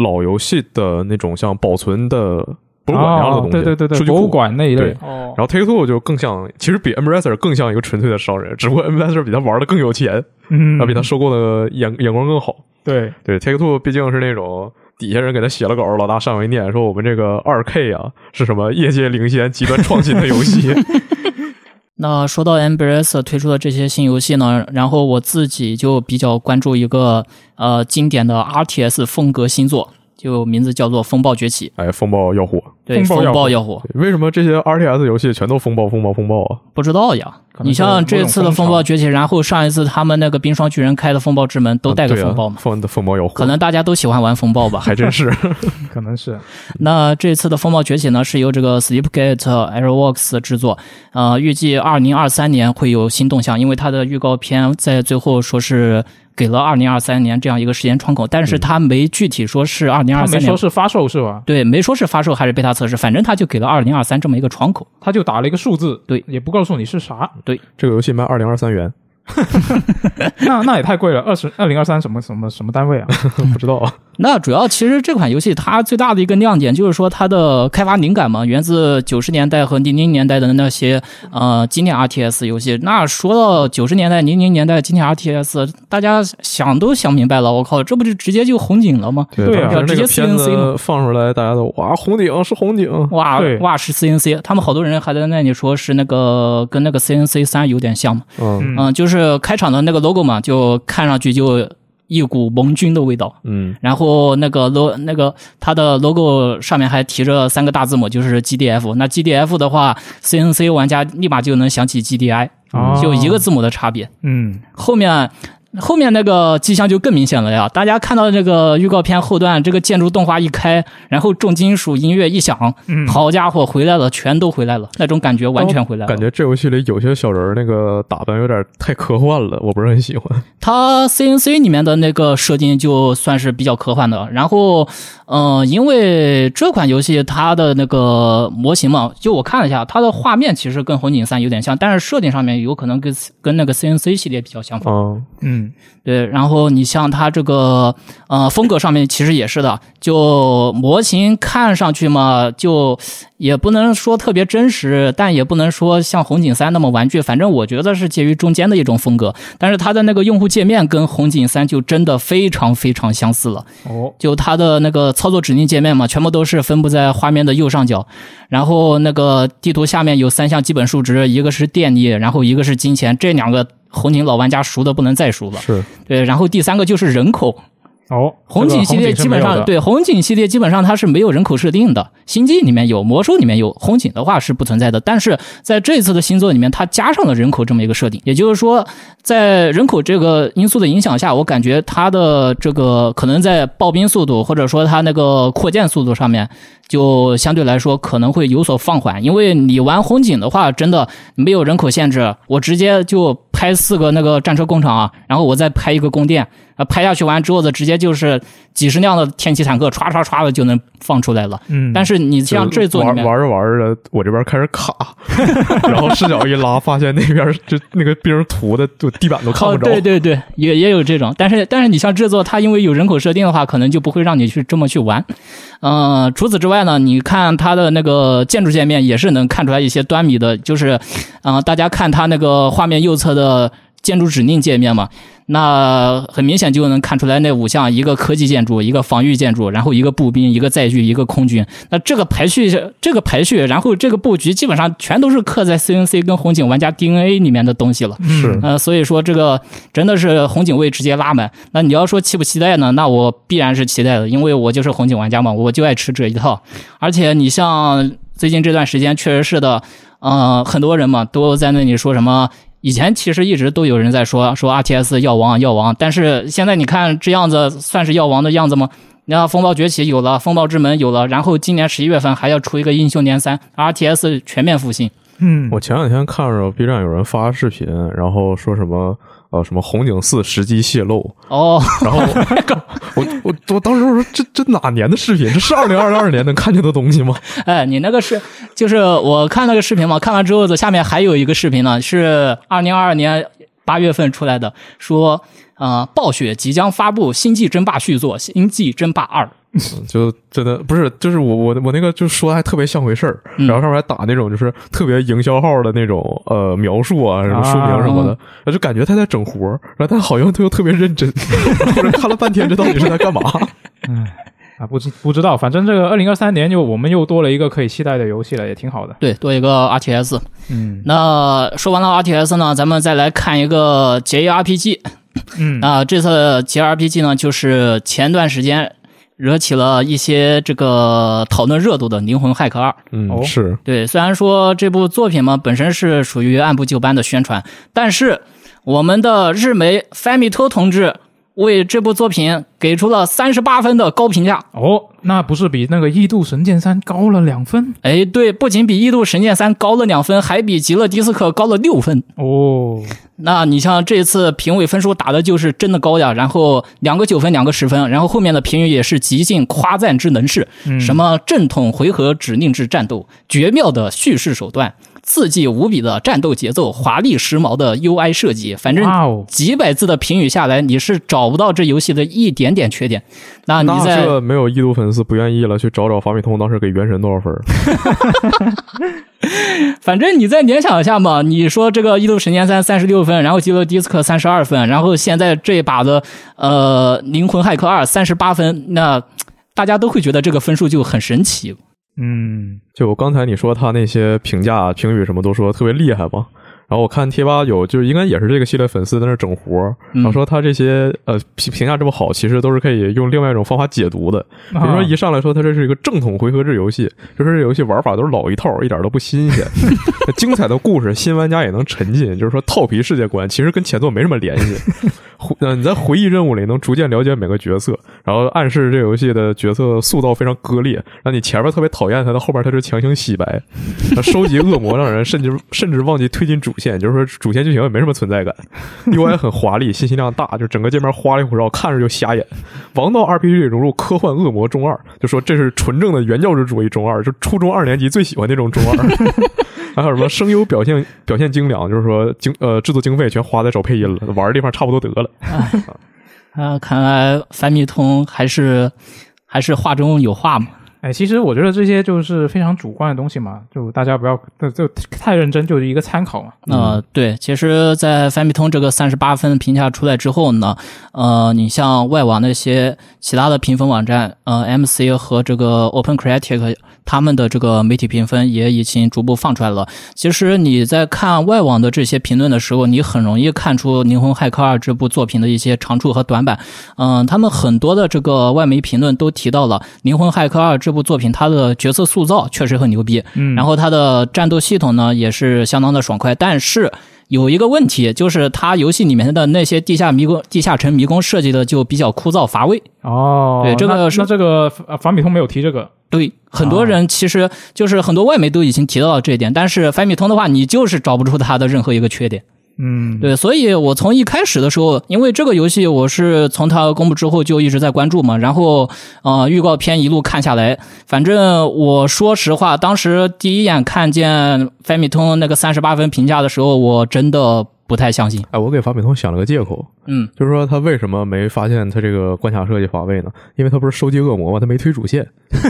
Speaker 2: 老游戏的那种像保存的博物馆一样的东西，
Speaker 1: 哦对对对
Speaker 2: 数
Speaker 1: 对，
Speaker 2: 据库
Speaker 1: 博物。馆那一类
Speaker 2: 对。
Speaker 1: 哦
Speaker 2: 然后 Take Two 就更像，其实比 Embracer 更像一个纯粹的商人，只不过 Embracer 比他玩的更有钱，
Speaker 1: 嗯
Speaker 2: 然后比他收购的眼眼光更好。
Speaker 1: 对，
Speaker 2: 对，Take Two 毕竟是那种底下人给他写了稿，老大上回念说我们这个二 K 啊是什么业界领先、极端创新的游
Speaker 1: (laughs)
Speaker 2: 戏。
Speaker 3: 那说到 Embracer 推出的这些新游戏呢，然后我自己就比较关注一个呃经典的 RTS 风格新作，就名字叫做《风暴崛起》。
Speaker 2: 哎，风暴要火，
Speaker 3: 对，
Speaker 1: 风暴要
Speaker 3: 风暴
Speaker 1: 火
Speaker 3: 要火，
Speaker 2: 为什么这些 RTS 游戏全都风暴、风暴、风暴啊？
Speaker 3: 不知道呀
Speaker 1: 可。能
Speaker 3: 你
Speaker 1: 是某
Speaker 3: 像
Speaker 1: 种
Speaker 3: 这次的
Speaker 1: 风
Speaker 3: 风暴
Speaker 1: 潮
Speaker 3: 崛起，然后上一次他们那个冰霜巨人开的风暴之门都带个
Speaker 2: 对啊
Speaker 3: 风暴嘛，
Speaker 2: 风风暴要火，
Speaker 3: 可能大家都喜欢玩风暴吧。
Speaker 2: 还真
Speaker 3: (laughs)
Speaker 2: 是。
Speaker 1: 可能是
Speaker 3: 那这次的风暴崛起呢，是由这个 Sleepgate Airworks 制作，呃，预计二零二三年会有新动向，因为它的预告片在最后说是给了二零二三年这样一个时间窗口，但是它没具体说是二零
Speaker 1: 他
Speaker 3: 二
Speaker 1: 嗯没
Speaker 3: 三
Speaker 1: 说
Speaker 3: 年。
Speaker 1: 是发售是吧？
Speaker 3: 对，没说是发售还是贝塔测试，反正它就给了二零二三这么一个窗口。
Speaker 1: 他就打了一个数字，
Speaker 3: 对
Speaker 1: 也不告诉你是啥。
Speaker 2: 这个游戏卖二零二三
Speaker 3: (laughs)
Speaker 2: 元，
Speaker 1: 那那也太贵了，二十二零二三什么什么什么单位啊？ (laughs)
Speaker 2: 不知道啊。
Speaker 3: 那主要其实这款游戏它最大的一个亮点就是说它的开发灵感嘛，源自九十年代和零零年代的那些呃经典 RTS 游戏。那说到九十年代、零零年代经典 RTS，大家想都想明白了，我靠，这不就直接就红警了吗？
Speaker 1: 对啊
Speaker 2: 当时那
Speaker 3: 直
Speaker 2: 个
Speaker 3: 接
Speaker 2: 片
Speaker 3: CNC
Speaker 2: 子
Speaker 3: 嘛
Speaker 2: 放出来，大家都哇，红警是红警，
Speaker 3: 哇
Speaker 1: 对
Speaker 3: 哇是 CNC，他们好多人还在那里说是那个跟那个 CNC 三有点像嘛，
Speaker 2: 嗯
Speaker 1: 嗯
Speaker 3: 嗯，就是开场的那个 logo 嘛，就看上去就一股盟军的味道。
Speaker 2: 嗯
Speaker 3: 然后那个 lo 那个它的 logo 上面还提着三个大字母，就是 GDF。那 GDF 的话，CNC 玩家立马就能想起 GDI，
Speaker 1: 哦
Speaker 3: 就一个字母的差别。
Speaker 1: 嗯
Speaker 3: 后面后面那个迹象就更明显了呀！大家看到这个预告片后段，这个建筑动画一开，然后重金属音乐一响，
Speaker 1: 嗯，
Speaker 3: 好家伙，回来了，全都回来了，那种感觉完全回来了。
Speaker 2: 感觉这游戏里有些小人儿那个打扮有点太科幻了，我不是很喜欢。
Speaker 3: 它 CNC 里面的那个设定就算是比较科幻的。然后，呃，因为这款游戏它的那个模型嘛，就我看了一下，它的画面其实跟《红警三》有点像，但是设定上面有可能跟跟那个 CNC 系列比较相仿。
Speaker 2: 嗯
Speaker 1: 嗯
Speaker 3: 对，然后你像它这个呃风格上面其实也是的，就模型看上去嘛，就也不能说特别真实，但也不能说像红警三那么玩具，反正我觉得是介于中间的一种风格。但是它的那个用户界面跟红警三就真的非常非常相似了。
Speaker 1: 哦
Speaker 3: 就它的那个操作指令界面嘛，全部都是分布在画面的右上角，然后那个地图下面有三项基本数值，一个是电力，然后一个是金钱，这两个红警老玩家熟的不能再熟了。
Speaker 2: 是
Speaker 3: 对，然后第三个就是人口，
Speaker 1: 哦，
Speaker 3: 红警系列基本上、
Speaker 1: 对
Speaker 3: 对红警系列基本上它是没有人口设定的，星际里面有，魔兽里面有，红警的话是不存在的。但是在这一次的新作里面，它加上了人口这么一个设定，也就是说，在人口这个因素的影响下，我感觉它的这个可能在刨冰速度或者说它那个扩建速度上面，就相对来说可能会有所放缓，因为你玩红警的话，真的没有人口限制，我直接就拍四个那个战车工厂啊，然后我再拍一个宫殿，啊，拍下去完之后的直接就是几十辆的天骑坦克，唰唰唰的就能放出来了。
Speaker 1: 嗯，
Speaker 3: 但
Speaker 1: 是
Speaker 3: 是你像这座里
Speaker 2: 玩
Speaker 3: 面，
Speaker 2: 玩着玩着，我这边开始
Speaker 3: (laughs)
Speaker 2: 卡，然后视角一拉，发现那边就那个兵涂的，就地板都看
Speaker 3: 哦，
Speaker 2: 不着。
Speaker 3: 对对对，也也有这种，但是但是你像制作，它因为有人口设定的话，可能就不会让你去这么去玩。呃，除此之外呢，你看它的那个建筑界面也是能看出来一些端倪的，就是，呃，大家看它那个画面右侧的建筑指令界面嘛，那很明显就能看出来那五项：一个科技建筑，一个防御建筑，然后一个步兵，一个载具，一个空军。那这个排序，这个排序，然后这个布局，基本上全都是刻在 CNC 跟红警玩家 DNA 里面的东西了。
Speaker 1: 嗯
Speaker 2: 是
Speaker 3: 呃，所以说这个真的是红警卫直接拉满。那你要说期不期待呢？那我必然是期待的，因为我就是红警玩家嘛，我就爱吃这一套。而且你像最近这段时间，确实是的，呃，很多人嘛都在那里说什么。以前其实一直都有人在说说 RTS 药王药王，但是现在你看这样子算是药王的样子吗？那风暴崛起有了，风暴之门有了，然后今年十一月份还要出一个英雄联三 RTS 全面复兴。
Speaker 1: 嗯
Speaker 2: 我前两天看着 B 站有人发视频，然后说什么呃什么红警四时机泄露，
Speaker 3: 哦，
Speaker 2: 然后我我我当时我说这这哪年的视频？这是二零二二年能看见的东西吗？ (laughs)
Speaker 3: (laughs) 哎，你那个是就是我看那个视频嘛，看完之后的下面还有一个视频呢，是二零二二年八月份出来的，说呃暴雪即将发布《星际争霸》续作《星际争霸二》。
Speaker 2: 就真的不是，就是我我我那个就说的还特别像回事儿，
Speaker 3: 嗯
Speaker 2: 然后上面还打那种就是特别营销号的那种呃描述啊，什么说明什么的，我就感觉他在整活儿，然后他好像他又特别认真， (laughs) 我这看了半天这到底是在干嘛？
Speaker 1: 啊不知不知道，反正这个二零二三年又我们又多了一个可以期待的游戏了，也挺好的。
Speaker 3: 对，多一个 RTS。
Speaker 1: 嗯
Speaker 3: 那说完了 RTS 呢，咱们再来看一个 JRPG。
Speaker 1: 嗯
Speaker 3: 那啊这次的 JRPG 呢，就是前段时间惹起了一些这个讨论热度的《灵魂骇客二》。
Speaker 2: 嗯，
Speaker 1: 哦
Speaker 2: 是
Speaker 3: 对，虽然说这部作品嘛本身是属于按部就班的宣传，但是我们的日媒 Famito 同志为这部作品给出了三十八分的高评价。
Speaker 1: 哦，那不是比那个《异度神剑三》高了两分
Speaker 3: 哎，对，不仅比《异度神剑三》高了两分，还比《极乐迪斯科》高了六分。
Speaker 1: 哦？
Speaker 3: 那你像这次评委分数打的就是真的高呀，然后两个九分，两个十分，然后后面的评语也是极尽夸赞之能事，什么正统回合指令制战斗，绝妙的叙事手段，刺激无比的战斗节奏、华丽时髦的 UI 设计，反正
Speaker 1: 哇哦，
Speaker 3: 几百字的评语下来，你是找不到这游戏的一点点缺点。那你
Speaker 2: 那
Speaker 3: 在
Speaker 2: 这个没有异度粉丝不愿意了，去找找法米通当时给《原神》多少分儿？
Speaker 3: 反正你再联想一下嘛，你说这个《异度神剑三》三十六分，然后《极乐迪斯科》三十二分，然后现在这一把的呃《灵魂骇客二》三十八分，那大家都会觉得这个分数就很神奇。
Speaker 1: 嗯，
Speaker 2: 就刚才你说他那些评价、评语什么都说特别厉害嘛，然后我看贴吧有就是应该也是这个系列粉丝在那整活儿，然
Speaker 3: 嗯
Speaker 2: 后说他这些呃评评价这么好，其实都是可以用另外一种方法解读的。比
Speaker 1: 啊
Speaker 2: 如说一上来说它这是一个正统回合制游戏，就是这游戏玩法都是老一套，一点都不新鲜。精彩的故事，新玩家也能沉浸，就是说套皮世界观其实跟前作没什么联系。回呃你在回忆任务里能逐渐了解每个角色，然后暗示这游戏的角色塑造非常割裂，让你前面特别讨厌他，到后边他就强行洗白，收集恶魔，让人甚至甚至忘记推进主线，就是说主线剧情也没什么存在感。UI 很华丽，信息量大，就整个界面花里胡哨，看着就瞎眼。王道 RPG 里融入科幻恶魔中二，就说这是纯正的原教旨主义中二，就初中二年级最喜欢那种中二。 (laughs) 还有什么声优表现表现精良，就是说经呃制作经费全花在找配音了，玩的地方差不多得了。
Speaker 3: 啊、看来樊米通还是还是话中有话嘛。
Speaker 1: 哎，其实我觉得这些就是非常主观的东西嘛，就大家不要就就太认真，就是一个参考嘛。
Speaker 3: 呃，对，其实，在翻米通这个三十八分评价出来之后呢，呃，你像外网那些其他的评分网站，呃，MC 和这个 OpenCritic 他们的这个媒体评分也已经逐步放出来了。其实你在看外网的这些评论的时候，你很容易看出《灵魂骇客二》这部作品的一些长处和短板。嗯、他们很多的这个外媒评论都提到了《灵魂骇客二》这部作品，它的角色塑造确实很牛逼，
Speaker 1: 嗯
Speaker 3: 然后它的战斗系统呢也是相当的爽快，但是。有一个问题，就是它游戏里面的那些地下迷宫、地下城迷宫设计的就比较枯燥乏味。
Speaker 1: 哦，
Speaker 3: 对这个
Speaker 1: 那
Speaker 3: 是
Speaker 1: 那这个呃反米通没有提这个，
Speaker 3: 对，很多人其实就是很多外媒都已经提到了这一点，但是翻米通的话，你就是找不出它的任何一个缺点。
Speaker 1: 嗯，
Speaker 3: 对，所以我从一开始的时候，因为这个游戏我是从它公布之后就一直在关注嘛，然后呃预告片一路看下来，反正我说实话，当时第一眼看见翻米通那个三十八分评价的时候，我真的不太相信。
Speaker 2: 哎，我给法米通想了个借口，
Speaker 3: 嗯，
Speaker 2: 就是说他为什么没发现他这个关卡设计乏味呢？因为他不是收集恶魔吗？他没推主线。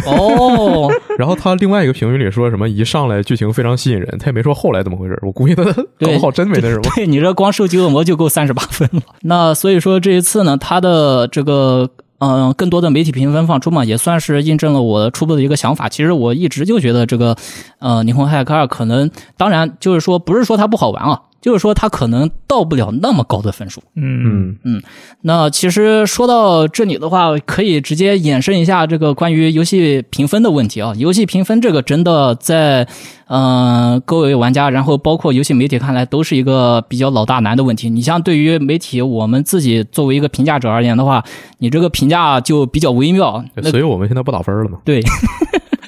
Speaker 3: 哦，
Speaker 2: 然后他另外一个评语里说什么一上来剧情非常吸引人，他也没说后来怎么回事。我估计他搞不好真没那什
Speaker 3: (laughs)
Speaker 2: 么。
Speaker 3: 对你这光收集恶魔就够三十八分了。 (laughs) 那所以说这一次呢，它的这个。嗯，更多的媒体评分放出嘛，也算是印证了我初步的一个想法。其实我一直就觉得这个，呃，《霓虹骇客二》可能，当然就是说，不是说它不好玩啊，就是说它可能到不了那么高的分数。
Speaker 1: 嗯
Speaker 2: 嗯，
Speaker 3: 那其实说到这里的话，可以直接衍生一下这个关于游戏评分的问题啊。游戏评分这个真的在，呃，各位玩家，然后包括游戏媒体看来，都是一个比较老大难的问题。你像对于媒体，我们自己作为一个评价者而言的话，你这个评价就比较微妙。那
Speaker 2: 所以我们现在不打分了嘛。
Speaker 3: 对，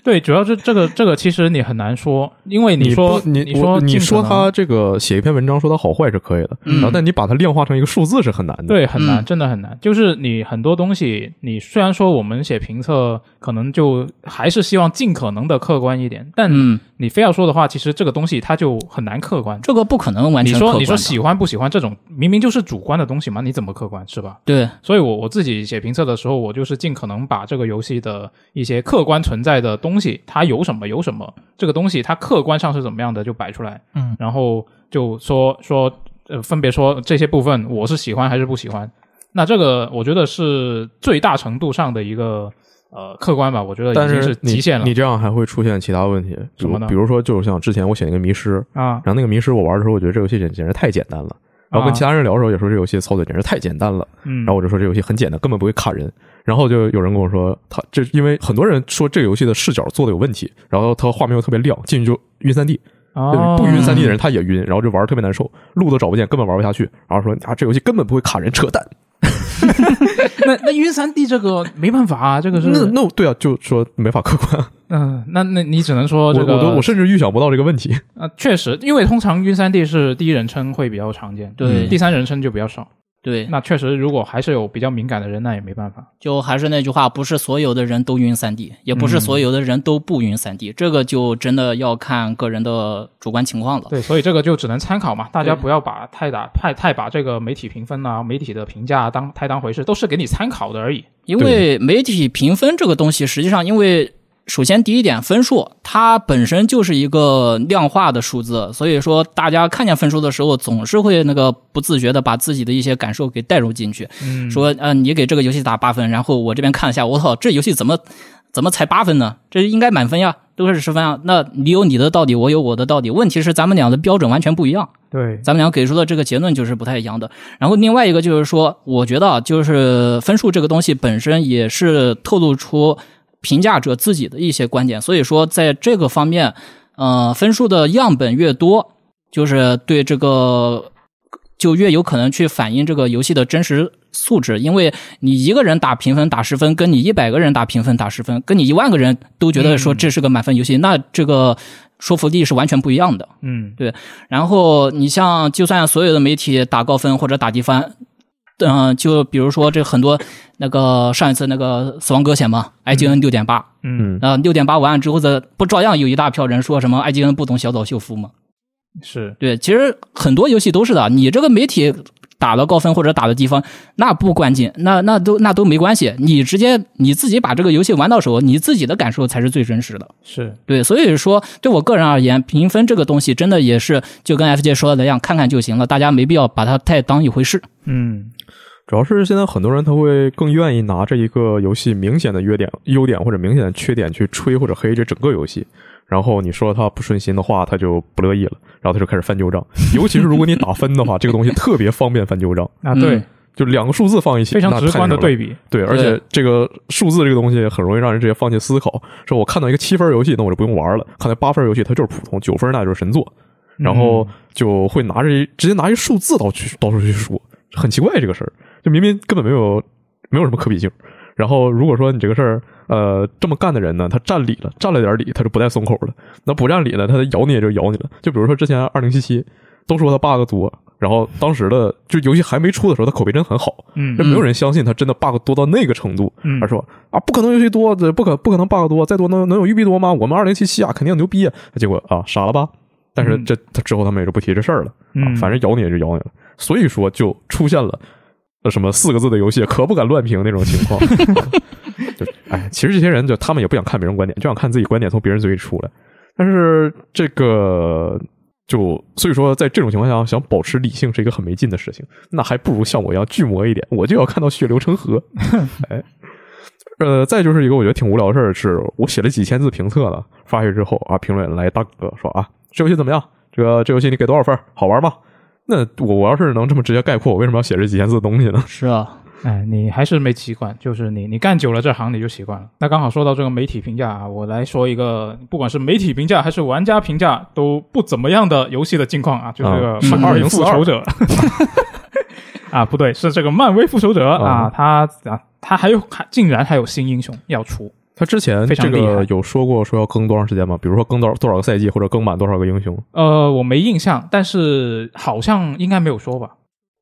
Speaker 1: 对，主要是这个这个其实你很难说，因为
Speaker 2: 你
Speaker 1: 说
Speaker 2: 不
Speaker 1: 你
Speaker 2: 你
Speaker 1: 说
Speaker 2: 我你
Speaker 1: 尽
Speaker 2: 说
Speaker 1: 可能
Speaker 2: 他这个写一篇文章说他好坏是可以的，然后但你把它量化成一个数字是很难的。，
Speaker 1: 对，很难，
Speaker 3: 嗯
Speaker 1: 真的很难。就是你很多东西，你虽然说我们写评测，可能就还是希望尽可能的客观一点，但
Speaker 3: 嗯，
Speaker 1: 你非要说的话，其实这个东西它就很难客观。
Speaker 3: 这个不可能完
Speaker 1: 你
Speaker 3: 全客观
Speaker 1: 说
Speaker 3: 的。
Speaker 1: 你说喜欢不喜欢这种，明明就是主观的东西嘛，你怎么客观是吧？
Speaker 3: 对，
Speaker 1: 所以我我自己写评测的时候，我就是尽可能把这个游戏的一些客观存在的东西，它有什么有什么，这个东西它客观上是怎么样的就摆出来，
Speaker 3: 嗯，
Speaker 1: 然后就说说呃分别说这些部分我是喜欢还是不喜欢，那这个我觉得是最大程度上的一个呃客观吧，我觉得
Speaker 2: 但
Speaker 1: 已经
Speaker 2: 是你
Speaker 1: 极限了
Speaker 2: 你这样还会出现其他问题，比
Speaker 1: 什
Speaker 2: 如
Speaker 1: 么呢
Speaker 2: 比如说，就是像之前我写一个迷失，
Speaker 1: 啊
Speaker 2: 然后那个迷失我玩的时候，我觉得这游戏简简直太简单了。然后跟其他人聊的时候也说这游戏操作简直太简单了，
Speaker 1: 啊嗯，
Speaker 2: 然后我就说这游戏很简单，根本不会卡人。然后就有人跟我说，他这因为很多人说这个游戏的视角做的有问题，然后它画面又特别亮，进去就晕三 D，
Speaker 1: 哦
Speaker 2: 不晕三 D 的人他也晕，然后就玩得特别难受，路都找不见，根本玩不下去。然后说啊，这游戏根本不会卡人，扯淡。
Speaker 1: 那那晕三 D 这个没办法啊，这个是
Speaker 2: 那那对啊，就说没法客观。
Speaker 1: 嗯，那那你只能说
Speaker 2: (laughs) 我
Speaker 1: 哦这个
Speaker 2: 我都我甚至预想不到这个问题。嗯
Speaker 1: 啊，确实，因为通常晕三 D 是第一人称会比较常见，
Speaker 3: 对
Speaker 1: 第三人称就比较少。
Speaker 3: 对，
Speaker 1: 那确实，如果还是有比较敏感的人，那也没办法。
Speaker 3: 就还是那句话，不是所有的人都晕三 D，也不
Speaker 1: 嗯
Speaker 3: 是所有的人都不晕三 D，、这个就真的要看个人的主观情
Speaker 2: 哦
Speaker 3: 况了。
Speaker 1: 对，所以这个就只能参考嘛，大家不要把太打太太把这个媒体评分
Speaker 2: 嗯
Speaker 1: 啊、媒体的评价啊当太当回事，都是给你参考的而已。
Speaker 3: 因为媒体评分这个东西，实际上因为首先第一点，分数它本身就是一个量化的数字，所以说大家看见分数的时候，总是会那个不自觉的把自己的一些感受给带入进去，
Speaker 1: 嗯，
Speaker 3: 说呃你给这个游戏打八分，然后我这边看了一下，我操，这游戏怎么怎么才八分呢？这应该满分呀，都是十分啊。那你有你的道理，我有我的道理，问题是咱们俩的标准完全不一样。
Speaker 1: 对，
Speaker 3: 咱们俩给出的这个结论就是不太一样的。然后另外一个就是说，我觉得啊，就是分数这个东西本身也是透露出评价者自己的一些观点，所以说在这个方面，呃，分数的样本越多，就是对这个。就越有可能去反映这个游戏的真实素质，因为你一个人打评分打十分，跟你一百个人打评分打十分，跟你一万个人都觉得说这是个满分游戏，那这个说服力是完全不一样的。
Speaker 1: 嗯，
Speaker 3: 然后你像，就算所有的媒体打高分或者打低分，嗯、就比如说这很多那个上一次那个《死亡搁浅》嘛，IGN 六点八，
Speaker 1: 嗯，
Speaker 3: 呃，六点八完了之后的，不照样有一大票人说什么 IGN 不懂小岛秀夫吗？
Speaker 1: 是，
Speaker 3: 对，其实很多游戏都是的，你这个媒体打了高分或者打了低分，那不关键，那那都那都没关系，你直接你自己把这个游戏玩到手，你自己的感受才是最真实的。
Speaker 1: 是，
Speaker 3: 对，所以说对我个人而言，评分这个东西真的也是就跟 FJ 说的那样，看看就行了，大家没必要把它太当一回事。
Speaker 1: 嗯，
Speaker 2: 主要是现在很多人他会更愿意拿着一个游戏明显的优点、优点或者明显的缺点去吹或者黑这整个游戏，然后你说他不顺心的话，他就不乐意了，然后他就开始翻旧账。尤其是如果你打分的话，这个东西特别方便翻旧账，
Speaker 1: 啊，对，
Speaker 3: 嗯
Speaker 2: 就两个数字放一起，
Speaker 1: 非常
Speaker 2: 那
Speaker 1: 直
Speaker 2: 太
Speaker 1: 观的
Speaker 2: 牛了
Speaker 1: 对比。
Speaker 2: 对，而且这个数字这个东西很容易让人直接放弃思考。说我看到一个七分游戏，那我就不用玩了；看到八分游戏，它就是普通；九分那就是神作。然
Speaker 1: 嗯
Speaker 2: 后就会拿着一直接拿一数字到去到处去说，很奇怪这个事儿，就明明根本没有没有什么可比性。然后如果说你这个事儿，呃，这么干的人呢，他占理了，占了点理，他就不带松口了；那不占理呢，他咬你也就咬你了。就比如说之前二零七七，都说他 bug 多，然后当时的就游戏还没出的时候，他口碑真很好，
Speaker 1: 嗯
Speaker 2: 这没有人相信他真的 bug 多到那个程度。
Speaker 1: 嗯
Speaker 2: 他，说啊，不可能游戏多，这不可不可能 bug 多，再多能能有育碧多吗？我们二零七七啊，肯定牛逼啊！结果啊，傻了吧？但是
Speaker 1: 嗯
Speaker 2: 这他之后他们也就不提这事儿了，啊
Speaker 1: 嗯，
Speaker 2: 反正咬你也就咬你了。所以说就出现了呃什么四个字的游戏可不敢乱评那种情况。 (laughs) 就哎，其实这些人就他们也不想看别人观点，就想看自己观点从别人嘴里出来。但是这个就所以说，在这种情况下，想保持理性是一个很没劲的事情。那还不如像我一样巨魔一点，我就要看到血流成河。哎，呃，再就是一个我觉得挺无聊的事儿，是我写了几千字评测呢，发下去之后啊，评论来大哥说啊，这游戏怎么样？这个这游戏你给多少分儿？好玩吗？那我我要是能这么直接概括，我为什么要写这几千字的东西呢？
Speaker 3: 是啊，
Speaker 1: 哎，你还是没习惯，就是你你干久了这行你就习惯了。那刚好说到这个媒体评价啊，我来说一个，不管是媒体评价还是玩家评价都不怎么样的游戏的近况啊，就是这个
Speaker 2: 啊
Speaker 1: 《漫
Speaker 2: 是
Speaker 1: 威复仇者》 (laughs) 啊，不对，是这个《漫威复仇者》啊
Speaker 2: 啊，
Speaker 1: 他啊他还有还竟然还有新英雄要出，
Speaker 2: 他之前
Speaker 1: 非常
Speaker 2: 这
Speaker 1: 厉害
Speaker 2: 个有说过说要更多长时间吗？比如说更多少多少个赛季，或者更满多少个英雄？
Speaker 1: 呃，我没印象，但是好像应该没有说吧。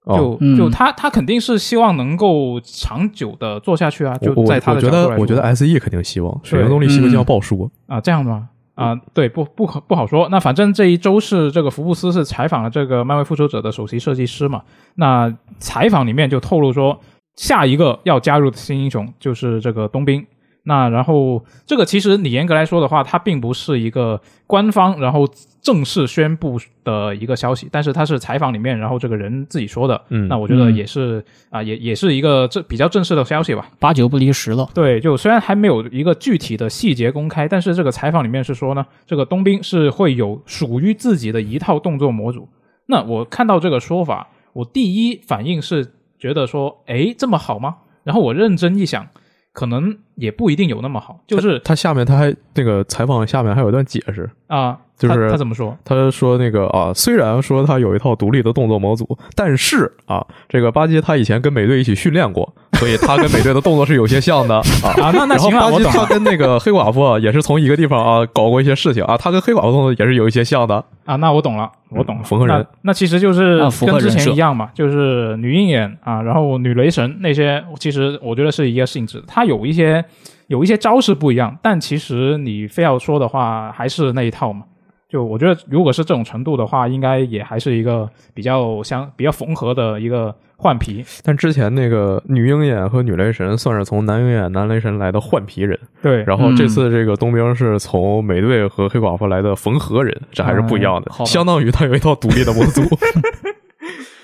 Speaker 2: 哦
Speaker 1: 就
Speaker 3: 嗯
Speaker 1: 就他他肯定是希望能够长久的做下去啊，就
Speaker 2: 我我
Speaker 1: 在他
Speaker 2: 我
Speaker 1: 的
Speaker 2: 觉
Speaker 1: 角度
Speaker 2: 得
Speaker 1: 来
Speaker 2: 我觉
Speaker 1: 说
Speaker 2: 得 S E 肯定希望《水晶动力西游记》要爆书，
Speaker 1: 啊，这样的吗？啊，对，不不可不好说。那反正这一周是这个福布斯是采访了这个漫威复仇者的首席设计师嘛。那采访里面就透露说，下一个要加入的新英雄就是这个冬兵。那然后这个其实你严格来说的话，它并不是一个官方然后正式宣布的一个消息，但是它是采访里面然后这个人自己说的。
Speaker 2: 嗯
Speaker 1: 那我觉得
Speaker 3: 嗯
Speaker 1: 也是啊、也也是一个这比较正式的消息吧。
Speaker 3: 八九不离十了。
Speaker 1: 对，就虽然还没有一个具体的细节公开，但是这个采访里面是说呢，这个冬兵是会有属于自己的一套动作模组。那我看到这个说法，我第一反应是觉得说，诶，这么好吗？然后我认真一想，可能也不一定有那么好。就是
Speaker 2: 他下面他还那个采访下面还有一段解释，
Speaker 1: 啊，
Speaker 2: 就是
Speaker 1: 他他怎么说？
Speaker 2: 他说那个啊，虽然说他有一套独立的动作模组，但是啊，这个巴基他以前跟美队一起训练过，所以他跟美队的动作是有些像的啊。
Speaker 1: 啊，那那
Speaker 2: 然后
Speaker 1: 行了，
Speaker 2: 巴
Speaker 1: 我
Speaker 2: 基
Speaker 1: 懂
Speaker 2: 他
Speaker 1: 了
Speaker 2: 跟那个黑寡妇啊也是从一个地方啊搞过一些事情啊，他跟黑寡妇动作也是有一些像的。
Speaker 1: 啊，那我懂了，我懂了。
Speaker 2: 嗯符合人
Speaker 1: 那那其实就是
Speaker 3: 啊符合
Speaker 1: 跟之
Speaker 3: 人
Speaker 1: 前
Speaker 3: 设
Speaker 1: 一样嘛，就是女鹰眼啊，然后女雷神那些，其实我觉得是一个性质，它有一些有一些招式不一样，但其实你非要说的话，还是那一套嘛。就我觉得，如果是这种程度的话，应该也还是一个比较相比较缝合的一个换皮。
Speaker 2: 但之前那个女鹰眼和女雷神算是从男鹰眼、男雷神来的换皮人，
Speaker 1: 对，
Speaker 2: 然后
Speaker 3: 嗯
Speaker 2: 这次这个冬兵是从美队和黑寡妇来的缝合人，这还是不一样
Speaker 1: 哎
Speaker 2: 的，
Speaker 3: 好吧
Speaker 2: 相当于他有一套独立的模
Speaker 1: (laughs)
Speaker 2: 组。